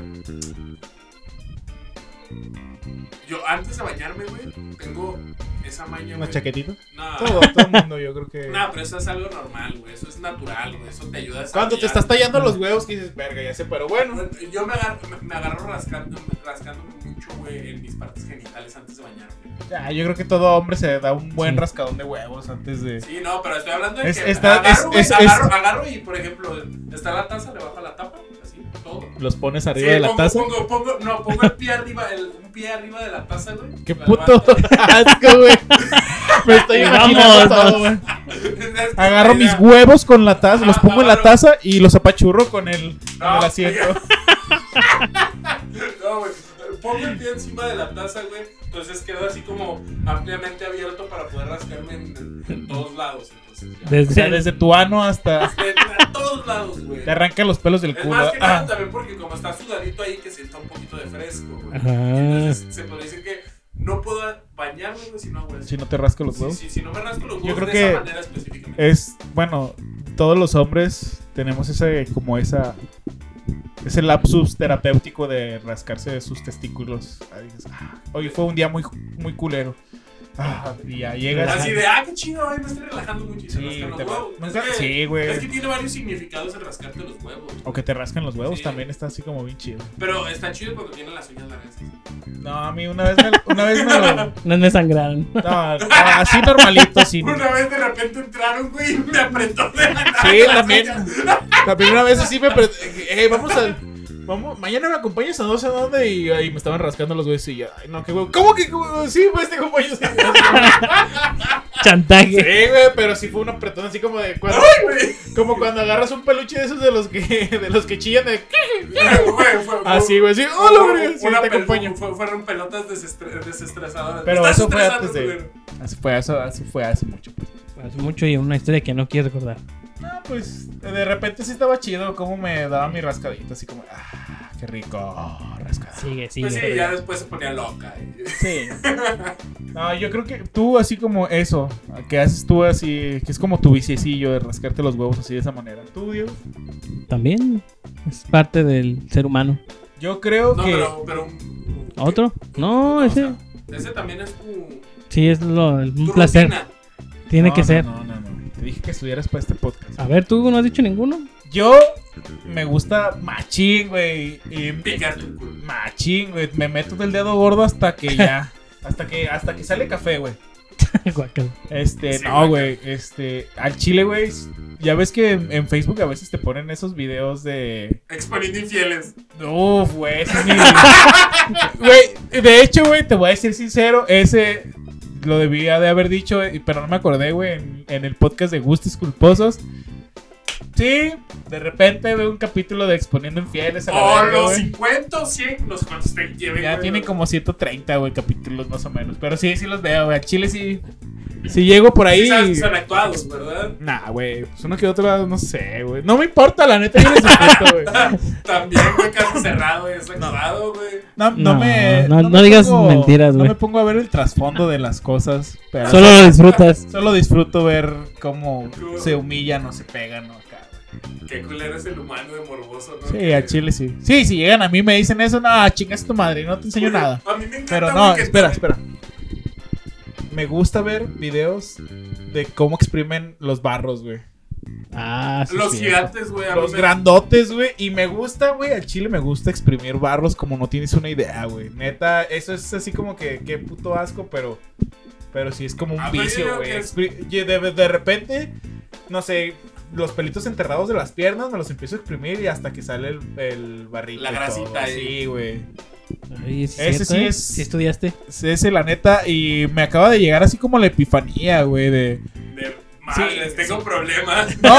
Yo antes de bañarme, güey, tengo esa maña, ¿Una güey. chaquetita? No, Todo, todo el mundo, yo creo que. no, pero eso es algo normal, güey. Eso es natural, güey. Eso te ayuda a Cuando te desarrollar. estás tallando los huevos, que dices, verga, ya sé, pero bueno. Yo me agarro, me- me agarro rascando, rascándome mucho, güey, en mis partes genitales antes de bañarme. Ya, yo creo que todo hombre se da un buen Sí. rascadón de huevos antes de. Sí, no, pero estoy hablando de Es- que está- agarro, es- güey, es- agarro, agarro y, por ejemplo, está la taza, le bajo la tapa, así, todo. Los pones arriba Sí, de la pongo- taza. Pongo, pongo- no, pongo el pie arriba, el- un pie arriba de la taza, güey. ¡Qué La puto levanto. asco, güey! Me estoy Vámonos. imaginando todo, güey. Es que Agarro la idea- mis huevos con la taza, los Ah, pongo en la agarro- taza y los apachurro con el, con No, el asiento. No, güey. Pongo el pie encima de la taza, güey. Entonces quedo así como ampliamente abierto para poder rascarme en, en todos lados. Entonces, ya. O sea, Desde, desde tu ano hasta. De- de todos lados, güey. Te arrancan los pelos del Es culo. más que Ah, nada también porque como está sudadito ahí que sienta un poquito de fresco, güey. Ajá. Entonces se podría decir que no puedo bañarme, güey, si no hago eso. Ah, si no te rasco los Sí, huevos. sí, si no me rasco los huevos creo de que esa manera específicamente. Es, bueno, todos los hombres tenemos ese, como esa. Ese lapsus terapéutico de rascarse de sus testículos. Ahí dices, ah, hoy fue un día muy, muy culero. Ah, y ya llegas. Así de, ah, qué chido, ay, me estoy relajando mucho y se Sí, rascan los te- huevos. nunca- Es que- sí, güey. Es que tiene varios significados el rascarte los huevos. O que te rascan los huevos Sí. también está así como bien chido. Pero está chido cuando tienen las uñas largas. No, a mí una vez me, una vez me lo. no me sangraron. No, no, así normalito, sin. Una vez de repente entraron, güey, y me apretó de la nada Sí, las también. uñas. La primera vez así me. pre- Eh, vamos al. Vamos, mañana me acompañas a no sé dónde y, ahí me estaban rascando los güeyes y ya. Ay, no, qué huevo. ¿Cómo que? cómo? Sí, pues te acompaño. Sí, Chantaje. güey, pero sí fue una apretón así como de. Cuando, Ay, güey. como cuando agarras un peluche de esos de los que, de los que chillan de. Güey, fue- fue- Así, güey, Ah, sí. fue- Hola, güey. Sí, una te pel- acompaño. fue- fueron pelotas desestre- desestresadoras. Pero Estás eso fue estresando, antes de. güey. Así fue, eso, eso fue hace mucho. pues. Hace Pues mucho y una historia que no quiero recordar. No, pues de repente sí estaba chido cómo me daba mi rascadito, así como, ah, qué rico, rascadito. Sigue, sigue. Pues sí, ya después se ponía loca. eh. Sí. No, yo creo que tú así como eso, que haces tú así, que es como tu vicecillo de rascarte los huevos así de esa manera. ¿Tú, Diego? También es parte del ser humano. Yo creo No, que... pero, pero un- ¿Otro? o No, ese sea, ese también es tu, sí es lo, un tu placer. rutina. Tiene No, que no, ser. Ah. No, no, no. Te dije que estuvieras para este podcast. A ver, tú no has dicho ninguno. Yo me gusta machín, güey. Y Picar tu culo. machín, güey. Me meto del dedo gordo hasta que ya... hasta que hasta que sale café, güey. Guácala. Este, Sí, no, güey. güey. Este, al chile, güey. Ya ves que en, en Facebook a veces te ponen esos videos de. Exponiendo infieles. Uf, güey, ese es mi. Güey, de hecho, güey, te voy a decir sincero. Ese lo debía de haber dicho, eh, pero no me acordé, güey, en, en el podcast de Gustos Culposos. Sí, de repente veo un capítulo de Exponiendo Infieles a la O verga, los güey. 50 o 100, los cuantos te lleven. Ya Oh, güey. tiene como 130, güey, capítulos más o menos. Pero sí, sí los veo, güey. Al chile sí. Si llego por ahí. Sí, saben- son actuados, ¿verdad? Nah, güey. Pues uno que otro, no sé, güey. No me importa, la neta, yo les respeto, güey. También, güey, caso cerrado, es actuado, güey. No, no, No, me. no- no me digas mentiras, güey. No me pongo a ver el trasfondo de las cosas. Pero Solo solo, lo disfrutas. disfruto ver cómo se humillan o se pegan o acá, güey. Qué culero es el humano de morboso, ¿no? Sí, Que- al chile sí. Sí, si llegan a mí y me dicen eso, no, chingas tu madre, no te enseño Güey, nada. A mí me encanta, Pero güey, no, que- espera, espera. Me gusta ver videos de cómo exprimen los barros, güey. Ah, sí. Los sí. gigantes, güey. a mí Los me- grandotes, güey. Y me gusta, güey. Al chile me gusta exprimir barros como no tienes una idea, güey. Neta, eso es así como que qué puto asco, pero. Pero sí es como un Ah, pero yo vicio, digo güey. que es- Expri- y De, de repente, no sé, los pelitos enterrados de las piernas me los empiezo a exprimir y hasta que sale el, el barrito. La y grasita todo. ahí. Sí, güey. Ay, sí, Ese cierto, sí ¿eh? es- Sí estudiaste. Sí, Ese, la neta. Y me acaba de llegar así como la epifanía, güey, de. De madres, tengo problemas. No,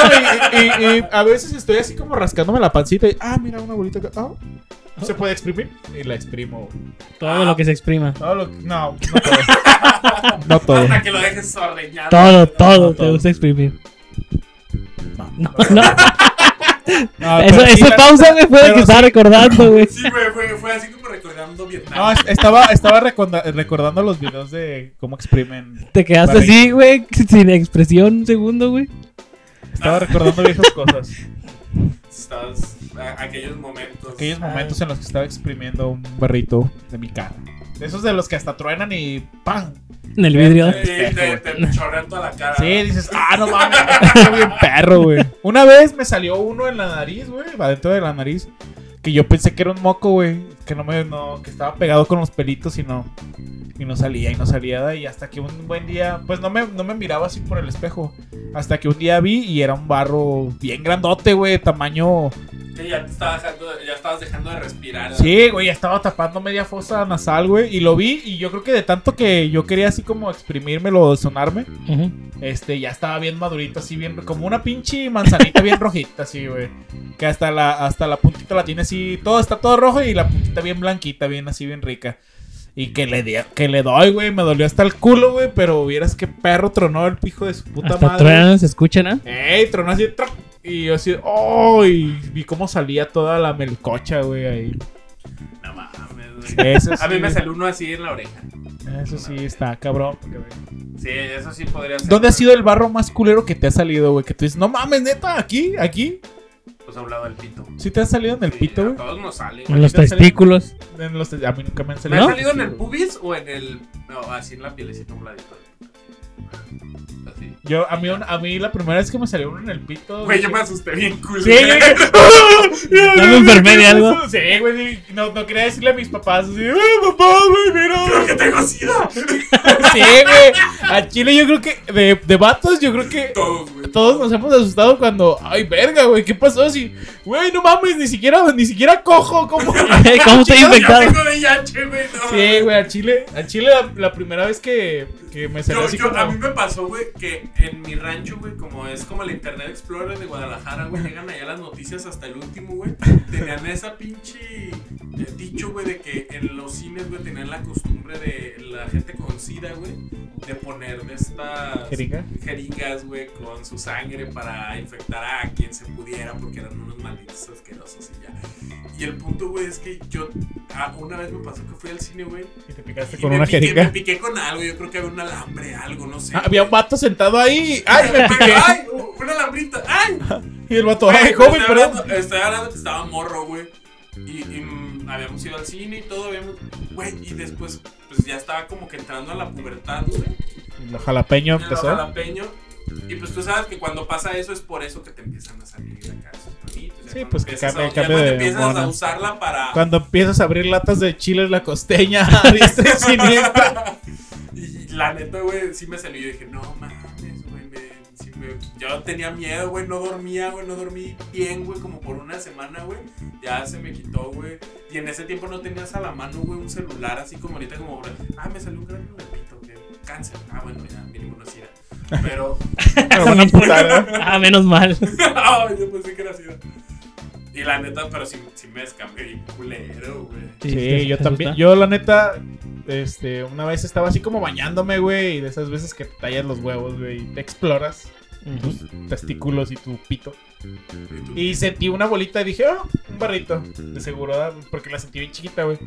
y, y- y- y a veces estoy así como rascándome la pancita y, ah, mira, una bolita acá. ah, ¿Se puede exprimir? Y la exprimo. güey. Todo lo que se exprima. Todo lo que- no, no todo. No todo. Hasta que lo dejes sordeñado. Ah, Todo, todo te todo. gusta exprimir. No. No, no. No, Eso, Ah, pero sí, esa la- pausa, güey, fue la pero que sí. estaba recordando, güey. Sí, güey, fue, fue así como recordando Vietnam. No, es- estaba, estaba recorda- recordando los videos de cómo exprimen. Te quedaste Barriga. así, güey, sin expresión un segundo, güey. Estaba recordando viejas cosas. Estabas- a- aquellos momentos. Aquellos momentos en los que estaba exprimiendo un barrito de mi cara. De esos de los que hasta truenan y ¡pam! En el vidrio. Sí, te, te chorrean toda la cara. Sí, dices, ah, no mames, está bien perro, güey. Una vez me salió uno en la nariz, güey, adentro de la nariz, que yo pensé que era un moco, güey, que no me, no, que estaba pegado con los pelitos y no, y no salía, y no salía, y hasta que un buen día, pues no me, no me miraba así por el espejo, hasta que un día vi y era un barro bien grandote, güey, tamaño, Que ya, te estabas dejando, ya estabas dejando de respirar. sí, güey, ya estaba tapando media fosa nasal, güey, y lo vi, y yo creo que de tanto que yo quería así como exprimírmelo o sonarme, Ujú. este, ya estaba bien madurito, así bien, como una pinche manzanita bien rojita, así, güey. Que hasta la, hasta la puntita la tiene así, todo está todo rojo y la puntita bien blanquita, bien así, bien rica. Y que le, di- que le doy, güey, me dolió hasta el culo, güey, pero vieras que perro tronó el pijo de su puta Hasta madre. truenan, se escuchan, ¿ah? Ey, tronó así, troc, y yo así, ¡oh! Y vi cómo salía toda la melcocha, güey, ahí. No mames, güey. Eso sí, A mí me salió uno así en la oreja. Eso sí, está cabrón. porque, güey. Sí, eso sí podría ser. ¿Dónde ha sido el barro más culero que te ha salido, güey? Que tú dices, no mames, neta, aquí, aquí. Pues a un lado del pito. ¿Sí te ha salido en el Sí, pito, a güey? todos nos sale, güey. En los te salen- testículos. En los- A mí nunca me ¿Me han salido. ha ¿No? salido en el pubis o en el. No, así en la pielecita un ladito? Así. Yo, a mí, un- a mí la primera vez que me salió uno en el pito. Güey, yo me asusté bien cool. Sí, yo dije, Ya me enfermé de algo. Sí, güey, sí, no, no quería decirle a mis papás así, "Ah, papá, güey, mira. que tengo sida. Sí, güey. A Chile yo creo que, de, de vatos, yo creo que Todos, güey. todos nos hemos asustado cuando, ay, verga, güey, ¿qué pasó? Si, güey, no mames, ni siquiera, ni siquiera cojo, ¿cómo? ¿Cómo estoy Chingado, Yo infectado? tengo VIH, güey. No. Sí, güey, a Chile, a Chile la, la primera vez que, que me salió Yo, así yo- como... a mí me pasó, güey, que en mi rancho, güey, como es como el Internet Explorer de Guadalajara, güey, llegan allá las noticias hasta el último, güey. Tenían esa pinche eh, dicho, güey, de que en los cines, güey, tenían la costumbre de la gente con sida, güey, de poner de estas Jeringa. jeringas, güey, con su sangre para infectar a quien se pudiera, porque eran unos malditos asquerosos y ya. Y el punto, güey, es que yo, ah, una vez me pasó que fui al cine, güey, Y te picaste y con me una piqué, jeringa. Me piqué con algo, yo creo que había un alambre, algo, no sé. Ah, había un vato sentado ahí. ¡Ay, me Pero, piqué! ¡Ay! ¡Una alambrita! ¡Ay! Y el vato, ¡ay, joven, estoy perdón! hablando- Estoy hablando que estaba morro, güey. Y, y, mm, habíamos ido al cine y todo, habíamos. Güey, y después, pues ya estaba como que entrando a la pubertad, güey. El jalapeño En el empezó. jalapeño. Y pues tú sabes que cuando pasa eso es por eso que te empiezan a salir acá esos panitos. ya Sí, cuando pues, que empiezas cambia- a, ya cambia cuando de empiezas a hormona. usarla para. Cuando empiezas a abrir latas de chile en la costeña, a diestra y siniestra. Y la neta, güey, sí me salió. Yo dije, no mames, güey. me- sí me- Yo tenía miedo, güey. No dormía, güey. No dormí bien, güey. Como por una semana, güey. Ya se me quitó, güey. Y en ese tiempo no tenías a la mano, güey, un celular así como ahorita, como, ah, me salió un gran pito, que cáncer. Ah, bueno, ya, mínimo no es sida. Pero, pues, Me van a amputar, ¿eh? Ah, menos mal. ay, yo pensé que era sida. Y la neta, pero sí, sí me descambié bien culero, güey. Sí, Sí, yo también. Yo, la neta, este, una vez estaba así como bañándome, güey, y de esas veces que te tallas los huevos, güey, y te exploras tus testículos y tu pito. Y sentí una bolita y dije, oh, un barrito, de seguro, ¿verdad? porque la sentí bien chiquita, güey.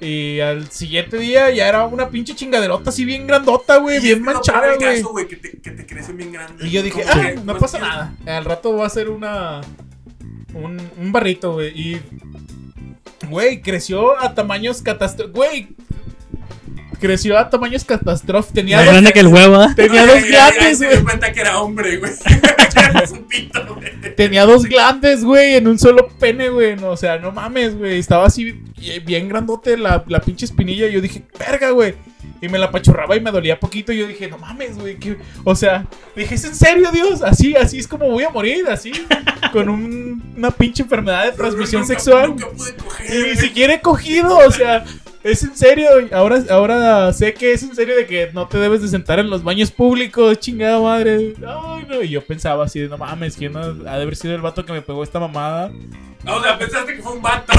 Y al siguiente día ya era una pinche chingaderota así bien grandota, Y güey, es bien que lo peor manchada, del güey. caso, güey, que te, que te crecen bien grande. Y yo dije, Como ah, que, no pues, pasa es- nada. Al rato va a ser una. Un, un barrito, güey. Y. Güey, creció a tamaños catastróficos. Güey. Creció a tamaños catastróficos. Tenía, Más dos- grande que el huevo, ¿ah? tenía Oye, dos y ahí- ahí grandes, Se güey. dio cuenta que era hombre, güey. Que era su pito, güey. Tenía dos glandes, güey, en un solo pene, güey. No, o sea, no mames, güey. Estaba así bien- bien grandote la, la pinche espinilla. Y yo dije, verga, güey. Y me la pachurraba y me dolía poquito. Y yo dije, no mames, güey. ¿qué-?" O sea, dije, ¿es en serio, Dios? Así, así es como voy a morir, así. Con un- una pinche enfermedad de transmisión Nunca- sexual. Nunca pude Y ni coger. güey. siquiera he cogido, o sea, es en serio. y Ahora, ahora sé que es en serio de que no te debes de sentar en los baños públicos, chingada madre. Ay, no. Y yo pensaba así, de, no mames, ¿quién ha, ha de haber sido el vato que me pegó esta mamada? O sea, pensaste que fue un vato.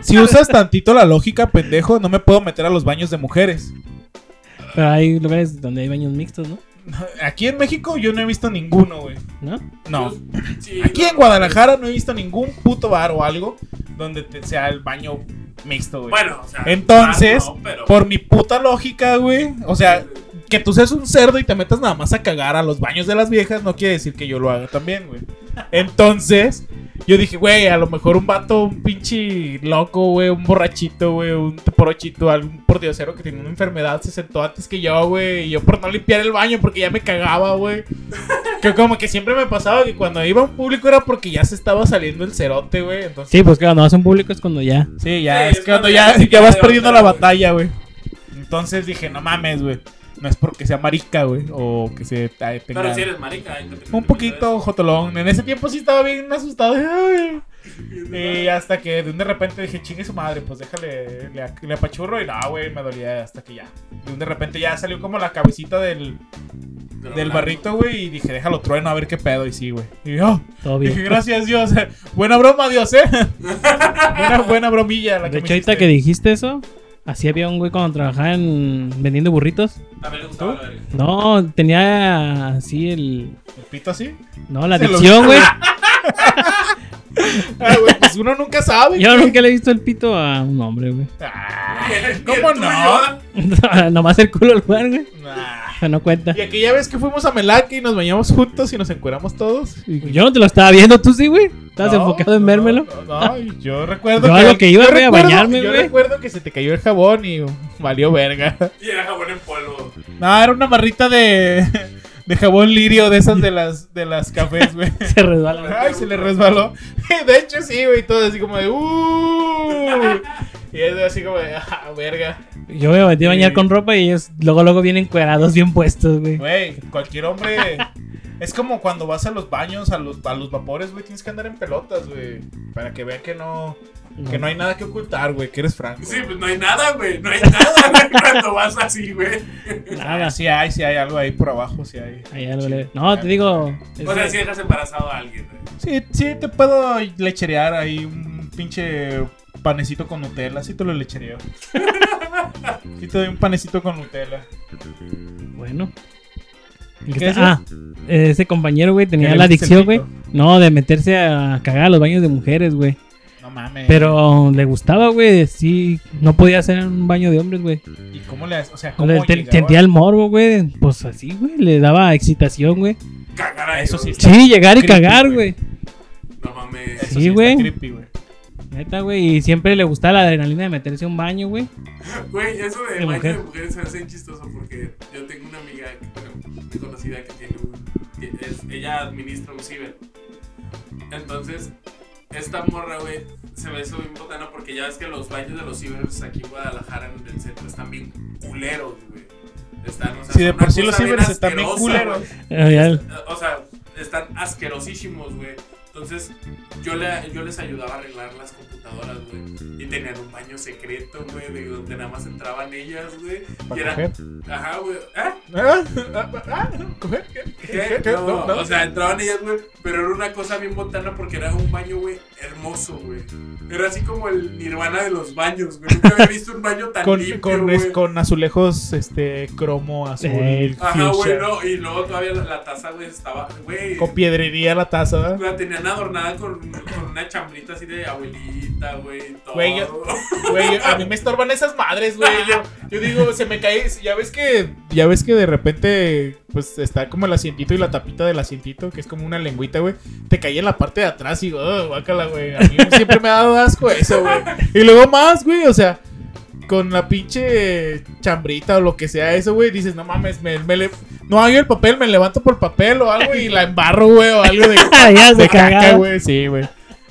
Si usas tantito la lógica, pendejo, no me puedo meter a los baños de mujeres. Pero hay lugares donde hay baños mixtos, ¿no? Aquí en México yo no he visto ninguno, güey. ¿No? No. Sí, Aquí no, en Guadalajara no he visto ningún puto bar o algo donde te- sea el baño mixto, güey. Bueno, o sea. Entonces, no, pero- Por mi puta lógica, güey. O sea, que tú seas un cerdo y te metas nada más a cagar a los baños de las viejas no quiere decir que yo lo haga también, güey. Entonces, Yo dije, güey, a lo mejor un vato, un pinche loco, güey, un borrachito, güey, un porochito, algún pordiosero que tenía una enfermedad se sentó antes que yo, güey. Y yo por no limpiar el baño porque ya me cagaba, güey. Que como que siempre me pasaba que cuando iba a un público era porque ya se estaba saliendo el cerote, güey. Entonces, Sí, pues cuando vas a un público es cuando ya. sí, ya Sí, es es que cuando cuando ya, ya se ya vas queda de perdiendo otra, la güey. batalla, güey. Entonces dije, no mames, güey. No es porque sea marica, güey, o que se tenga... Pero si eres marica, ahí te- te- te- Un poquito jotolón. En ese tiempo sí estaba bien asustado. Ay. Y hasta que de un de repente dije, chingue su madre, pues déjale, le, ac- le apachurro. Y no, güey, me dolía hasta que ya. De un de repente ya salió como la cabecita del, Pero del blanco. barrito, güey. Y dije, déjalo trueno a ver qué pedo. Y sí, güey. Y yo, Todo dije, bien. gracias Dios. Buena broma, Dios, eh. buena, buena bromilla la De que me hecho, ahorita hiciste. que dijiste eso, así había un güey cuando trabajaba en vendiendo burritos. También le gustaba la verga. No, tenía así el. ¿El pito así? No, la Se lo- adicción, güey. Ah, güey, pues uno nunca sabe. Yo nunca le he visto el pito a un hombre, güey. Ah, El ¿Cómo tuyo. ¿eh? no? Nomás el culo al lugar, güey. Ah. O sea, no cuenta. Y aquella vez que fuimos a Melaque y nos bañamos juntos y nos encueramos todos. Y... Yo no te lo estaba viendo, tú sí, güey. Estabas No, enfocado en no, vérmelo. No, no, y yo recuerdo Yo a lo que iba, yo güey, a recuerdo- bañarme, Yo güey. recuerdo que se te cayó el jabón y valió verga. Y era jabón en polvo. No, era una barrita de, de jabón lirio de esas de las, de las cafés, güey. Se resbala, güey. Ay, se le resbaló. De hecho, sí, güey, todo así como de "Uh". Y es así como de, ah, verga. Yo me metí a bañar Sí. con ropa y ellos luego, luego vienen cuerados, bien puestos, güey. Güey, cualquier hombre. Es como cuando vas a los baños, a los, a los vapores, güey, tienes que andar en pelotas, güey. Para que vean que no, que no hay nada que ocultar, güey, que eres franco. Sí, pues no hay nada, güey. No hay nada, güey. Cuando vas así, güey. Nada. Ah, Sí hay, sí hay algo ahí por abajo, sí hay. Ahí algo le- No, te digo. es- O sea, si dejas embarazado a alguien, güey. Sí, sí, te puedo lecherear ahí un pinche panecito con Nutella, sí te lo lechereo. sí te doy un panecito con Nutella. Bueno. El que ¿Qué está- Ah, ese compañero, güey, tenía la Que le gusta adicción, el güey. No, de meterse a cagar a los baños de mujeres, güey. No mames. Pero le gustaba, güey. Sí, no podía hacer un baño de hombres, güey. ¿Y cómo le haces? O sea, No ¿cómo le- te- llegaba? Sentía el morbo, güey. Pues así, güey. Le daba excitación, güey. Cagar a Eso ellos. sí. Sí, llegar y creepy, cagar, güey. güey. No mames. Eso Sí, está güey. creepy, güey. Neta, güey. Y siempre le gustaba la adrenalina de meterse a un baño, güey. Güey, eso de De baño mujer. de mujeres se me hace chistoso porque yo tengo una amiga, bueno, una conocida que tiene un. que es- ella administra un ciber. Entonces, esta morra, güey, se me hizo bien botana porque ya ves que los baños de los cibers aquí en Guadalajara, en el centro, están bien culeros, güey. Están, o sea, Sí, de son por una sí los cosa bien cibers están bien asquerosa, culeros. güey. Eh, ya- O sea, están asquerosísimos, güey. Entonces, yo, le, yo les ayudaba a arreglar las computadoras, güey. Y tenían un baño secreto, güey, de donde nada más entraban ellas, güey. Y ¿Para era. coger? Ajá, güey. ¿Ah? Ah, ah, ah, ah, ¿Coger? ¿Qué? ¿Qué? ¿Qué? ¿Qué? No, No, no. O sea, entraban ellas, güey. Pero era una cosa bien botana porque era un baño, güey, hermoso, güey. Era así como el nirvana de los baños, güey. Nunca había visto un baño tan con, limpio, con, güey. con azulejos este cromo azul Eh, Ajá, güey, fuchsia, no. Y luego todavía la, la taza, güey, estaba, güey. con piedrería la taza La tenían adornada con, con una chambrita así de abuelita, güey. y todo. Güey, yo- güey a mí me estorban esas madres güey yo, yo digo se me cae ya ves que ya ves que de repente pues está como el asientito y la tapita del asientito que es como una lengüita güey te cae en la parte de atrás y oh, guácala güey a mí siempre me ha dado asco eso güey y luego más güey o sea con la pinche chambrita o lo que sea eso, güey, dices, no mames, me, me le- no hay el papel, me levanto por papel o algo y la embarro, güey, o algo de, Ah, ya de se caca, cagaba. güey, sí, güey.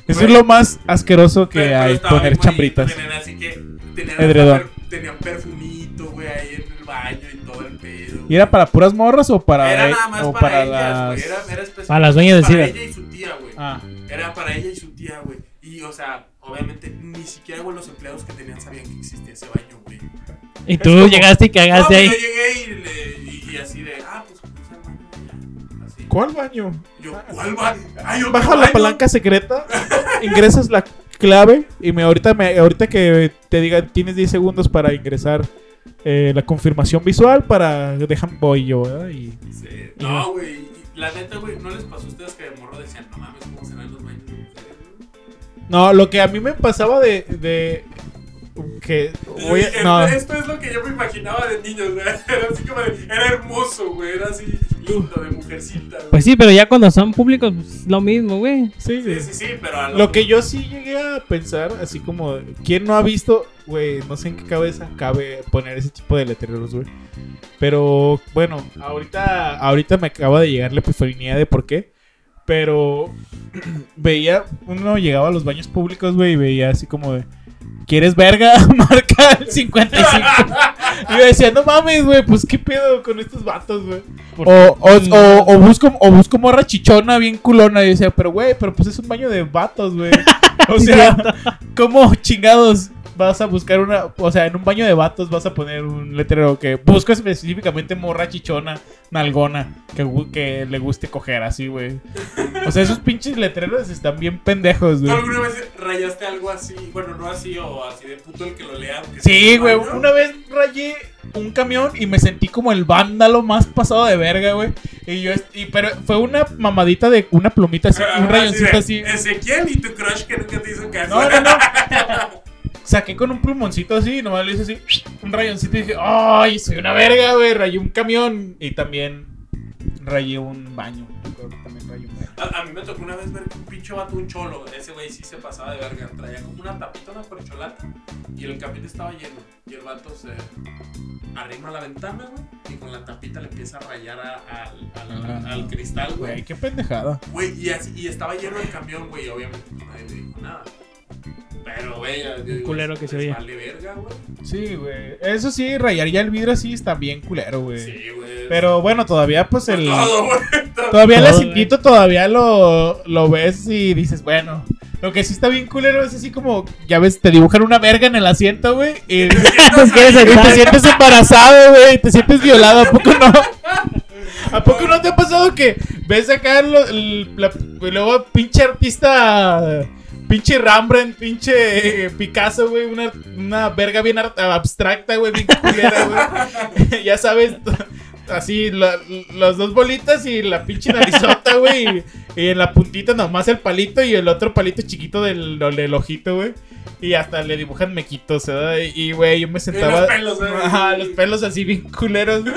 Eso Güey. es lo más asqueroso que Pero- pero hay, estaba bien poner bonito, chambritas. Tenían así que tenían, Edredón. hasta per- tenían perfumito, güey, ahí en el baño y todo el pedo. ¿Y era para puras morras o para, e- Era nada más o para, para ellas, güey. las- Era, era específico Para las dueñas del Para ciber. ella y su tía, güey. Ah, Era para ella y su tía, güey. Y, o sea, obviamente ni siquiera, güey, los empleados que tenían sabían que existía ese baño, güey. Y tú como- llegaste y No, cagaste pues ahí. yo llegué y, le- y- y así de, ah, pues, ¿cómo se llama? Así. ¿Cuál baño? Yo, ¿cuál baño? Hay otro Baja baño. la palanca secreta, ingresas la clave y me ahorita me ahorita que te diga tienes 10 segundos para ingresar eh, la confirmación visual para dejan voy yo, ¿verdad? Y Sí. Y No, güey. y La neta, güey, ¿no les pasó a ustedes que de morro decían, no mames, cómo serán los baños de mujeres? güey?" no, lo que a mí me pasaba de, de que Y yo voy a- dije, no. Esto es lo que yo me imaginaba de niños, güey. Era así como de, era hermoso, güey. Era así. lindo, de mujercita, güey. Pues sí, pero ya cuando son públicos, pues, es lo mismo, güey. Sí, Sí, sí, sí, pero a Lo que yo sí llegué a pensar, así como, ¿quién no ha visto? Güey, no sé en qué cabeza cabe poner ese tipo de letreros, güey. Pero bueno, ahorita, ahorita me acaba de llegar la epifanía de por qué. Pero veía, uno llegaba a los baños públicos, güey, y veía así como de, ¿quieres verga? Marca el 55. Y yo decía, no mames, güey, pues qué pedo con estos vatos, güey. ¿Por O, o, o, o busco, o busco morra chichona bien culona. Y decía, pero güey, pero pues es un baño de vatos, güey. O sea, ¿cómo chingados vas a buscar una. O sea, en un baño de vatos vas a poner un letrero que busca específicamente morra chichona, nalgona, que, gu- que le guste coger así, güey. O sea, esos pinches letreros están bien pendejos, ¿Tú güey. alguna vez rayaste algo así? Bueno, no así o así de puto el que lo lea. aunque sea Sí, en güey. el baño. Una vez rayé un camión y me sentí como el vándalo más pasado de verga, güey. Y yo, est- y, pero fue una mamadita de una plumita así, Ah, un rayoncito así. de, Ezequiel y tu crush que nunca te hizo caso. No, no, no. Saqué con un plumoncito así, nomás le hice así, un rayoncito y dije, ¡ay, soy una verga, güey! Rayé un camión y también rayé un baño. Creo que También rayé un baño. A, a mí me tocó una vez ver que un pinche vato, un cholo, ese güey sí se pasaba de verga, traía como una tapita, una corcholata y el camión estaba lleno y el vato se arrima a la ventana, güey, y con la tapita le empieza a rayar a- al- al- al- al cristal, güey. Güey, qué pendejada. Güey, y, así- y estaba lleno el camión, güey, y obviamente pues, nadie le dijo nada. Pero, güey, yo digo, culero que se "Les oye". Vale verga, güey. Sí, güey. Eso sí, rayar ya el vidrio así está bien culero, güey. Sí, güey. Pero bueno, todavía pues el... Todo, güey. Todavía el Todo, asientito todavía lo, lo ves y dices, bueno. Lo que sí está bien culero es así como, ya ves, te dibujan una verga en el asiento, güey. Y, y Pues quieres te entrar. sientes embarazado, güey. y Te sientes violado. ¿A poco no? ¿A poco no te ha pasado que ves acá lo- el- la- y luego pinche artista, pinche Rembrandt, pinche eh, Picasso, güey? Una, una verga bien ar- abstracta, güey, bien culera, güey. ya sabes, así la- las dos bolitas y la pinche narizota, güey. Y, y en la puntita nomás el palito y el otro palito chiquito del, del ojito, güey. Y hasta le dibujan mequitos, ¿eh? Y, güey, yo me sentaba... los pelos, güey. Ajá, los pelos así bien culeros, güey.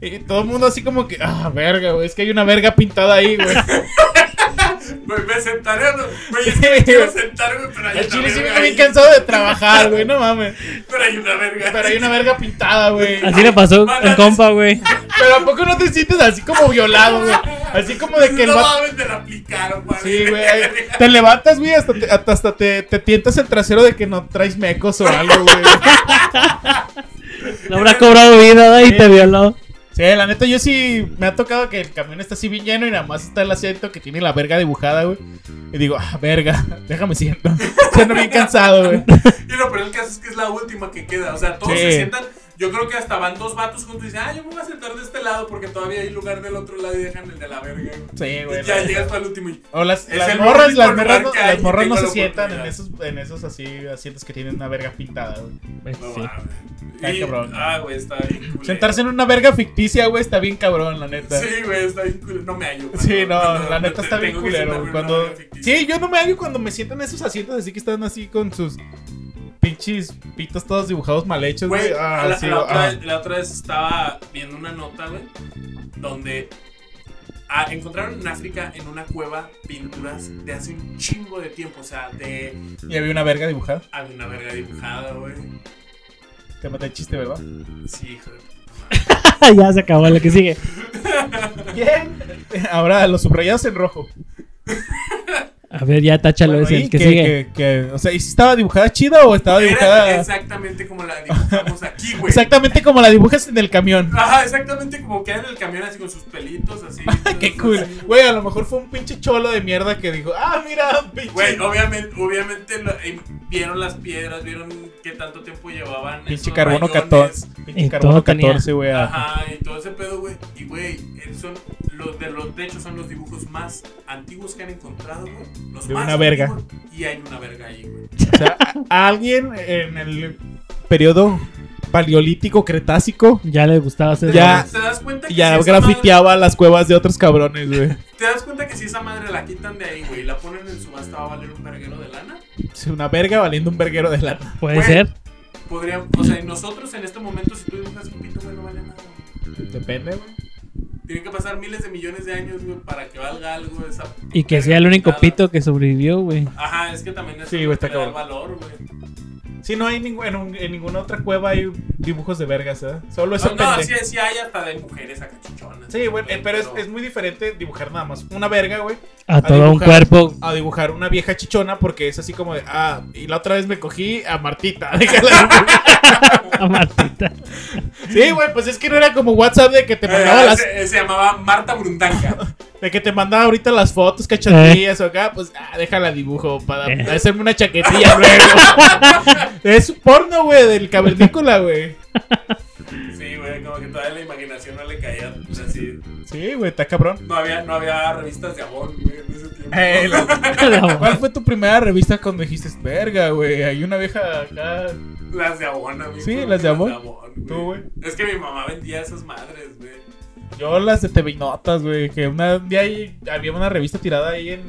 Y todo el mundo así como que, ah, verga, güey, es que hay una verga pintada ahí, güey. Güey, me sentaré, no- güey, es que me quiero sentar, güey, pero hay El una chile sí verga me bien ahí. cansado de trabajar, güey, no mames. Pero hay una verga. Pero hay una verga pintada, güey. Así le pasó al compa, güey. Pero ¿a poco no te sientes así como violado, güey? Así como de que el no vato... mames, te la aplicaron, güey. Sí, güey. Te levantas, güey, hasta, te, hasta, hasta te, te tientas el trasero de que no traes mecos o algo, güey. Lo habrá cobrado vida ¿no? y te violó. Sí, la neta, yo sí me ha tocado que el camión está así bien lleno y nada más está el asiento que tiene la verga dibujada, güey. Y digo, ah, verga, déjame siento. Siendo bien cansado, güey. Y lo peor del caso es que es la última que queda. O sea, todos Sí. se sientan. Yo creo que hasta van dos vatos juntos y dicen, ah, yo me voy a sentar de este lado porque todavía hay lugar del otro lado y dejan el de la verga, güey. Sí, Y güey. ya la- llegas tú al último y. O las, Es las el morras, único las lugar morras, no, que hay las y morras no tengo se la sientan en oportunidad. esos, en esos así asientos que tienen una verga pintada, güey. Pues No, sí. mames. Ay, Y- cabrón. Ah, güey, está bien culero. Sentarse en una verga ficticia, güey, está bien cabrón, la neta. Sí, güey, está bien culero. No me hallo. güey. Sí, no, la no, neta te- está bien tengo que culero. sentarme en güey, una Cuando... verga ficticia. Sí, yo no me hallo cuando me siento en esos asientos así que están así con sus pinches pitos todos dibujados mal hechos, Güey, güey. Ah, la, sí, la otra, ah. vez- la otra vez estaba viendo una nota, güey, donde ah, encontraron en África, en una cueva, pinturas de hace un chingo de tiempo. O sea, de. Y había una verga dibujada. Había una verga dibujada, güey. Te maté el chiste, ¿verdad? Sí, hijo de- ya se acabó lo que sigue. Bien. Ahora los subrayados en rojo. A ver, ya táchalo Bueno, ese, ahí el que, que- sigue. que- que- o sea, ¿y si estaba dibujada chida o estaba Era dibujada exactamente como la dibujamos aquí, güey. Ah, exactamente como la dibujas en el camión? Ajá, exactamente como queda en el camión, así con sus pelitos, así. Qué entonces, cool. así. Güey, a lo mejor fue un pinche cholo de mierda que dijo, ah, mira, pinche. Güey, obviamente, obviamente lo- eh, vieron las piedras, vieron qué tanto tiempo llevaban. pinche esos carbono rayones. 14. Pinche Y carbono todo tenía. 14, güey. ah. Ajá, y todo ese pedo, güey. Y, güey, eh, son los de los de hecho son los dibujos más antiguos que han encontrado, güey. Los De más una verga. antiguos. Y hay una verga ahí, güey. O sea, a- alguien en el periodo paleolítico cretácico Ya le gustaba hacer. Te Ya- das- ¿Te das cuenta que ya si esa grafiteaba las cuevas de otros cabrones, güey. madre- te das cuenta que si esa madre la quitan de ahí, güey, y la ponen en subasta va a valer un verguero de lana. Sí, Una verga valiendo un verguero de lana. Puede Güey. ser. Podrían, o sea, y nosotros en este momento si tú dibujas un pito, güey, no vale nada. güey. Depende, güey. Tienen que pasar miles de millones de años, güey, para que valga algo esa. Y que sea el único nada. pito que sobrevivió, güey. Ajá, es que también eso Sí, le güey, está da cabrón. valor, güey. Sí, no hay ningún, en, un- en ninguna otra cueva hay dibujos de vergas, ¿eh? Solo esa Ah, No, no, pendeja. sí, sí hay hasta de mujeres acá chichonas. Sí, güey, eh, pero es, es muy diferente dibujar nada más una verga, güey, A todo un dibujar. cuerpo. a dibujar una vieja chichona porque es así como de, ah, y la otra vez me cogí a Martita. Déjala. A Martita. sí, güey, pues es que no era como WhatsApp de que te mandaba Eh, las, se, se llamaba Marta Brundanca. de que te mandaba ahorita las fotos, cachondillas o acá, pues ah, déjala dibujo para Eh. hacerme una chaquetilla luego. es porno, güey, del cavernícola, güey. sí, güey, como que todavía la imaginación no le caía. o sea, sí. Sí, güey, está cabrón. No había, no había revistas de amor, güey, en ese tiempo. Eh, la- La- ¿Cuál fue tu primera revista cuando dijiste, verga, güey? Hay una vieja acá. Las de Avon, amigo. Sí, las de Avon. güey. Tú, güey. Es que mi mamá vendía esas madres, güey. Yo las de TV y Notas, güey. Que una- un día ahí había una revista tirada ahí en,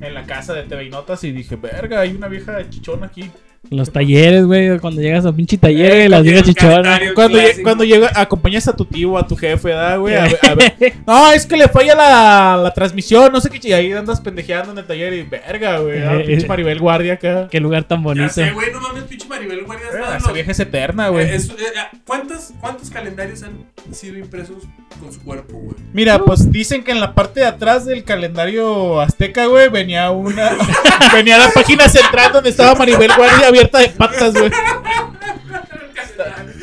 en la casa de TV y Notas y dije, verga, hay una vieja chichona aquí. Los talleres, güey. Cuando llegas a pinche taller, Eh, güey, las cuando viejas llega el chichonas. calendario. Cuando, lle- Clásico. cuando llega, acompañas a tu tío, a tu jefe, ¿verdad, güey? A, ver- a ver. No, es que le falla la, la transmisión, no sé qué. ch- Y ahí andas pendejeando en el taller y, verga, güey. ah, Eh, pinche eh. Maribel Guardia acá. Qué lugar tan Ya bonito. sé, güey, no mames, pinche Maribel, güey. ya está Ah, de Esa los- vieja es eterna, Eh, güey. es- eh, eh, ¿cuántos, ¿Cuántos calendarios han sido impresos con su cuerpo, güey? Mira, pues dicen que en la parte de atrás del calendario azteca, güey, venía una. venía la página central donde estaba Maribel Guardia abierta de patas, güey.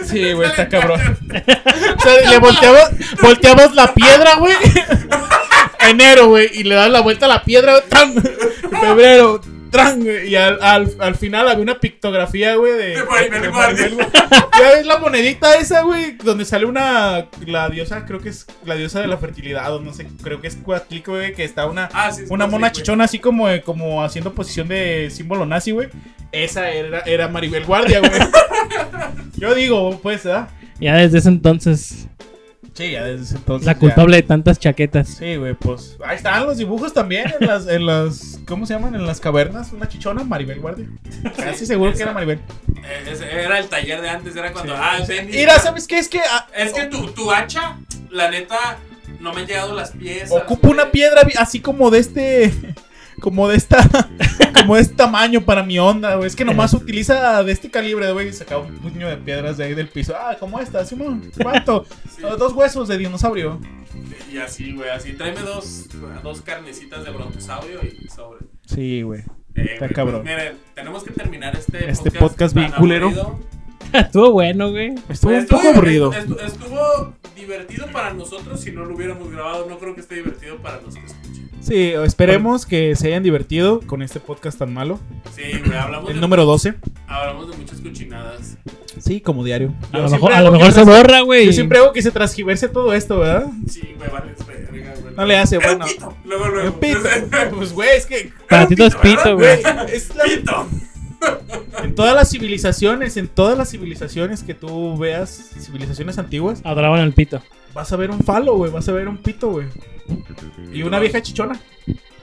Sí, güey, está cabrón. O sea, le volteamos, volteamos la piedra, güey. Enero, güey, y le das la vuelta a la piedra, güey, ¡tran! Febrero, ¡tran! güey, Y al, al, al final había una pictografía, güey, de. De Maribel Guardia. Maribel Guardia. Ya ves la monedita esa, güey, donde sale una. La diosa, creo que es la diosa de la fertilidad, o no sé, creo que es Cuatlic, güey, que está una. Ah, sí, es Una como mona sí, güey. chichona así como, eh, como haciendo posición de símbolo nazi, güey. Esa era, era Maribel Guardia, güey. Yo digo, pues, ¿ah? Ya desde ese entonces, Sí, ya desde ese entonces. la ya. culpable de tantas chaquetas. Sí, güey, pues. Ahí están los dibujos también en las, en las. ¿Cómo se llaman? En las cavernas. Una chichona, Maribel Guardia. Casi seguro que esa. era Maribel. Eh, ese era el taller de antes, era cuando. Sí. ah, Sí. ven y- Mira, ¿sabes qué? Es que ah, Es que tu, tu hacha, la neta, no me han llegado las piezas. ocupa güey. una piedra vi- así como de este. Como de esta. Como de este tamaño para mi onda, güey. Es que nomás utiliza de este calibre, güey. Y saca un puño de piedras de ahí del piso. Ah, ¿cómo esta? Simón, ¿cuánto? Sí. Dos huesos de dinosaurio. Y así, güey, así. Tráeme dos, dos carnecitas de brontosaurio y sobre. Sí, güey. Eh, Está güey, cabrón. pues, miren, tenemos que terminar este, Este podcast tan bien culero. aburrido. Estuvo bueno, güey. Estuvo Pues un poco estuvo- aburrido. estu- Estuvo divertido para nosotros si no lo hubiéramos grabado. No creo que esté divertido para los que escuchen. Sí, esperemos que se hayan divertido con este podcast tan malo. Sí, güey, hablamos, El de, número 12. hablamos de muchas cochinadas. Sí, como diario. A Yo lo siempre mejor, a hago lo que mejor se tras- borra, güey. Yo siempre hago que se transgiverse todo esto, ¿verdad? Sí, güey, vale, es verga, güey. No le hace, Era un bueno. pito, Luego, luego. Un pito. Pues, güey, es que. Para ti todo es pito, pito, Güey, güey. es la- Pito. en todas las civilizaciones, en todas las civilizaciones que tú veas, civilizaciones antiguas, Adoraban al pito. vas a ver un falo, güey, vas a ver un pito, güey. Y una vieja chichona.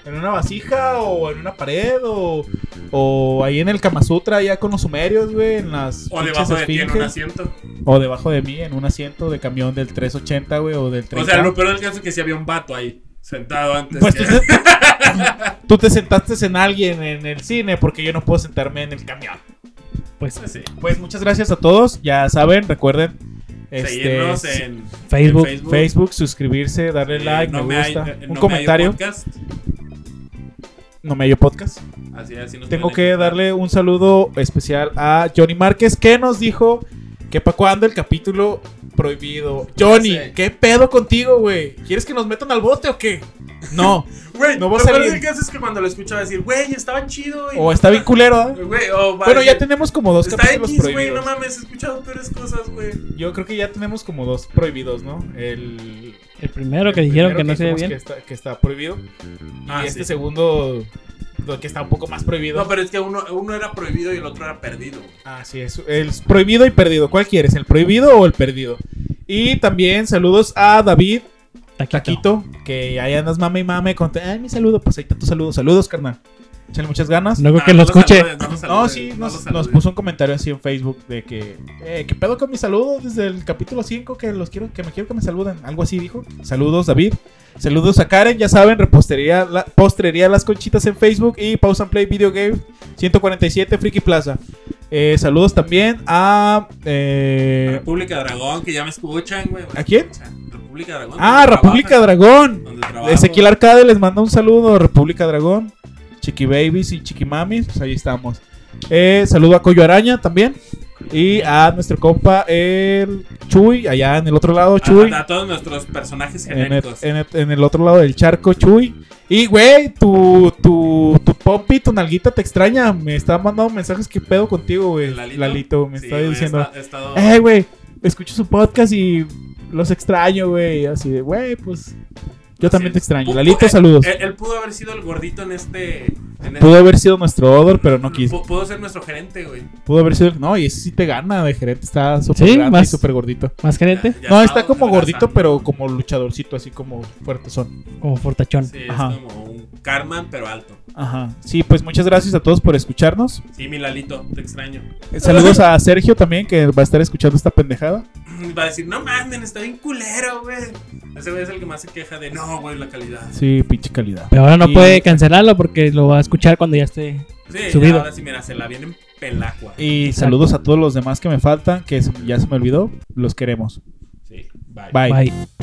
En una vasija o en una pared o, o ahí en el Kama Sutra, allá con los sumerios, güey, en las O pinches debajo de ti en un esfinges. asiento. O debajo de mí, en un asiento de camión del 380, güey, o del O 30. sea, eh. lo peor del caso es que sí había un vato ahí, sentado antes. Pues que- tú te, tú te sentaste en alguien en el cine porque yo no puedo sentarme en el camión. Pues Sí. Pues muchas gracias a todos. Ya saben, recuerden este, Seguirnos s- en Facebook. en Facebook, suscribirse, darle Eh, like, no me hay- gusta, no un me hay comentario. podcast. no me hallo podcast. Así, así nos Tengo pueden que encontrar. darle un saludo especial a Johnny Márquez que nos dijo que para cuando el capítulo prohibido. Johnny, Sí. ¿qué pedo contigo, güey? ¿Quieres que nos metan al bote o qué? No. Güey, no no va a lo peor salir. del caso es que cuando lo escuchaba decir, güey, estaba chido. y- o está bien culero, ¿eh? Güey, o va a Bueno, ya decir, tenemos como dos Está capítulos X, güey, prohibidos. no mames, he escuchado peores cosas, güey. Yo creo que ya tenemos como dos prohibidos, ¿no? El. El primero que el dijeron primero que no se ve dijimos Que bien. está, que está prohibido. Ah, y este sí. segundo, lo que está un poco más prohibido. No, pero es que uno, uno era prohibido y el otro era perdido. Ah, sí, es el prohibido y perdido. ¿Cuál quieres? ¿El prohibido o el perdido? Y también saludos a David Taquito. Taquito, que ahí andas mame y mame con. Ay, mi saludo, pues ahí está tu saludo. Saludos, carnal. Échale muchas ganas. No creo que Ah, lo los escuche. saludes, los No, saludes, no sí, los nos, nos saludes. puso un comentario así en Facebook de que, eh, ¿qué pedo con mis saludos desde el capítulo 5? Que los quiero, que me quiero que me saluden. Algo así dijo. Saludos, David. Saludos a Karen, ya saben, repostería la, postrería Las Conchitas en Facebook y Pause and Play Video Game 147 Friki Plaza. Eh, saludos también a. eh, República Dragón, que ya me escuchan, güey. ¿A quién? O sea, República Dragón. ah, donde República trabajas, Dragón. donde trabajo. Ezequiel Arcade les manda un saludo, República Dragón, Chiqui Babies y Chiqui Mamis, pues ahí estamos. Eh, saludo a Coyo Araña también. Y a nuestro compa, el Chuy, allá en el otro lado, A- Chuy. A, todos nuestros personajes En el, Ah, genéricos. en el- en el otro lado del charco, Chuy. Y, güey, tu, tu, tu pompi, tu nalguita te extraña. Me está mandando mensajes. ¿Qué pedo contigo, güey? Lalito. me Sí, está güey, diciendo. está- estado- Eh, güey, escucho su podcast y los extraño, güey. Así de, güey, pues. Yo también Sí. te extraño. Pu- Lalito, eh, saludos. Él, él pudo haber sido el gordito en este. en pues. este Pudo haber sido nuestro Odor, pero no quiso. Pu- Pudo ser nuestro gerente, güey. Pudo haber sido. No, y ese sí te gana de gerente. Está súper Sí, grande y más- súper gordito. Más gerente, Ya- ya No, está estamos como en gordito, grasa. pero como luchadorcito, así como fuerte son. como fortachón. Sí, es Ajá. como un Carman, pero alto. Ajá. Sí, pues muchas gracias a todos por escucharnos. Sí, mi Lalito, te extraño. Eh, Saludos a Sergio también, que va a estar escuchando esta pendejada. Va a decir, no mames, está bien culero, güey. Ese güey es el que más se queja de, no, güey, la calidad. Sí, pinche calidad. Pero ahora no Y- puede cancelarlo porque lo va a escuchar cuando ya esté. Sí, Subido. ya ahora sí, mira, se la vienen pelacua. Y Exacto. saludos a todos los demás que me faltan, que se- ya se me olvidó. Los queremos. Sí, bye. Bye. Bye.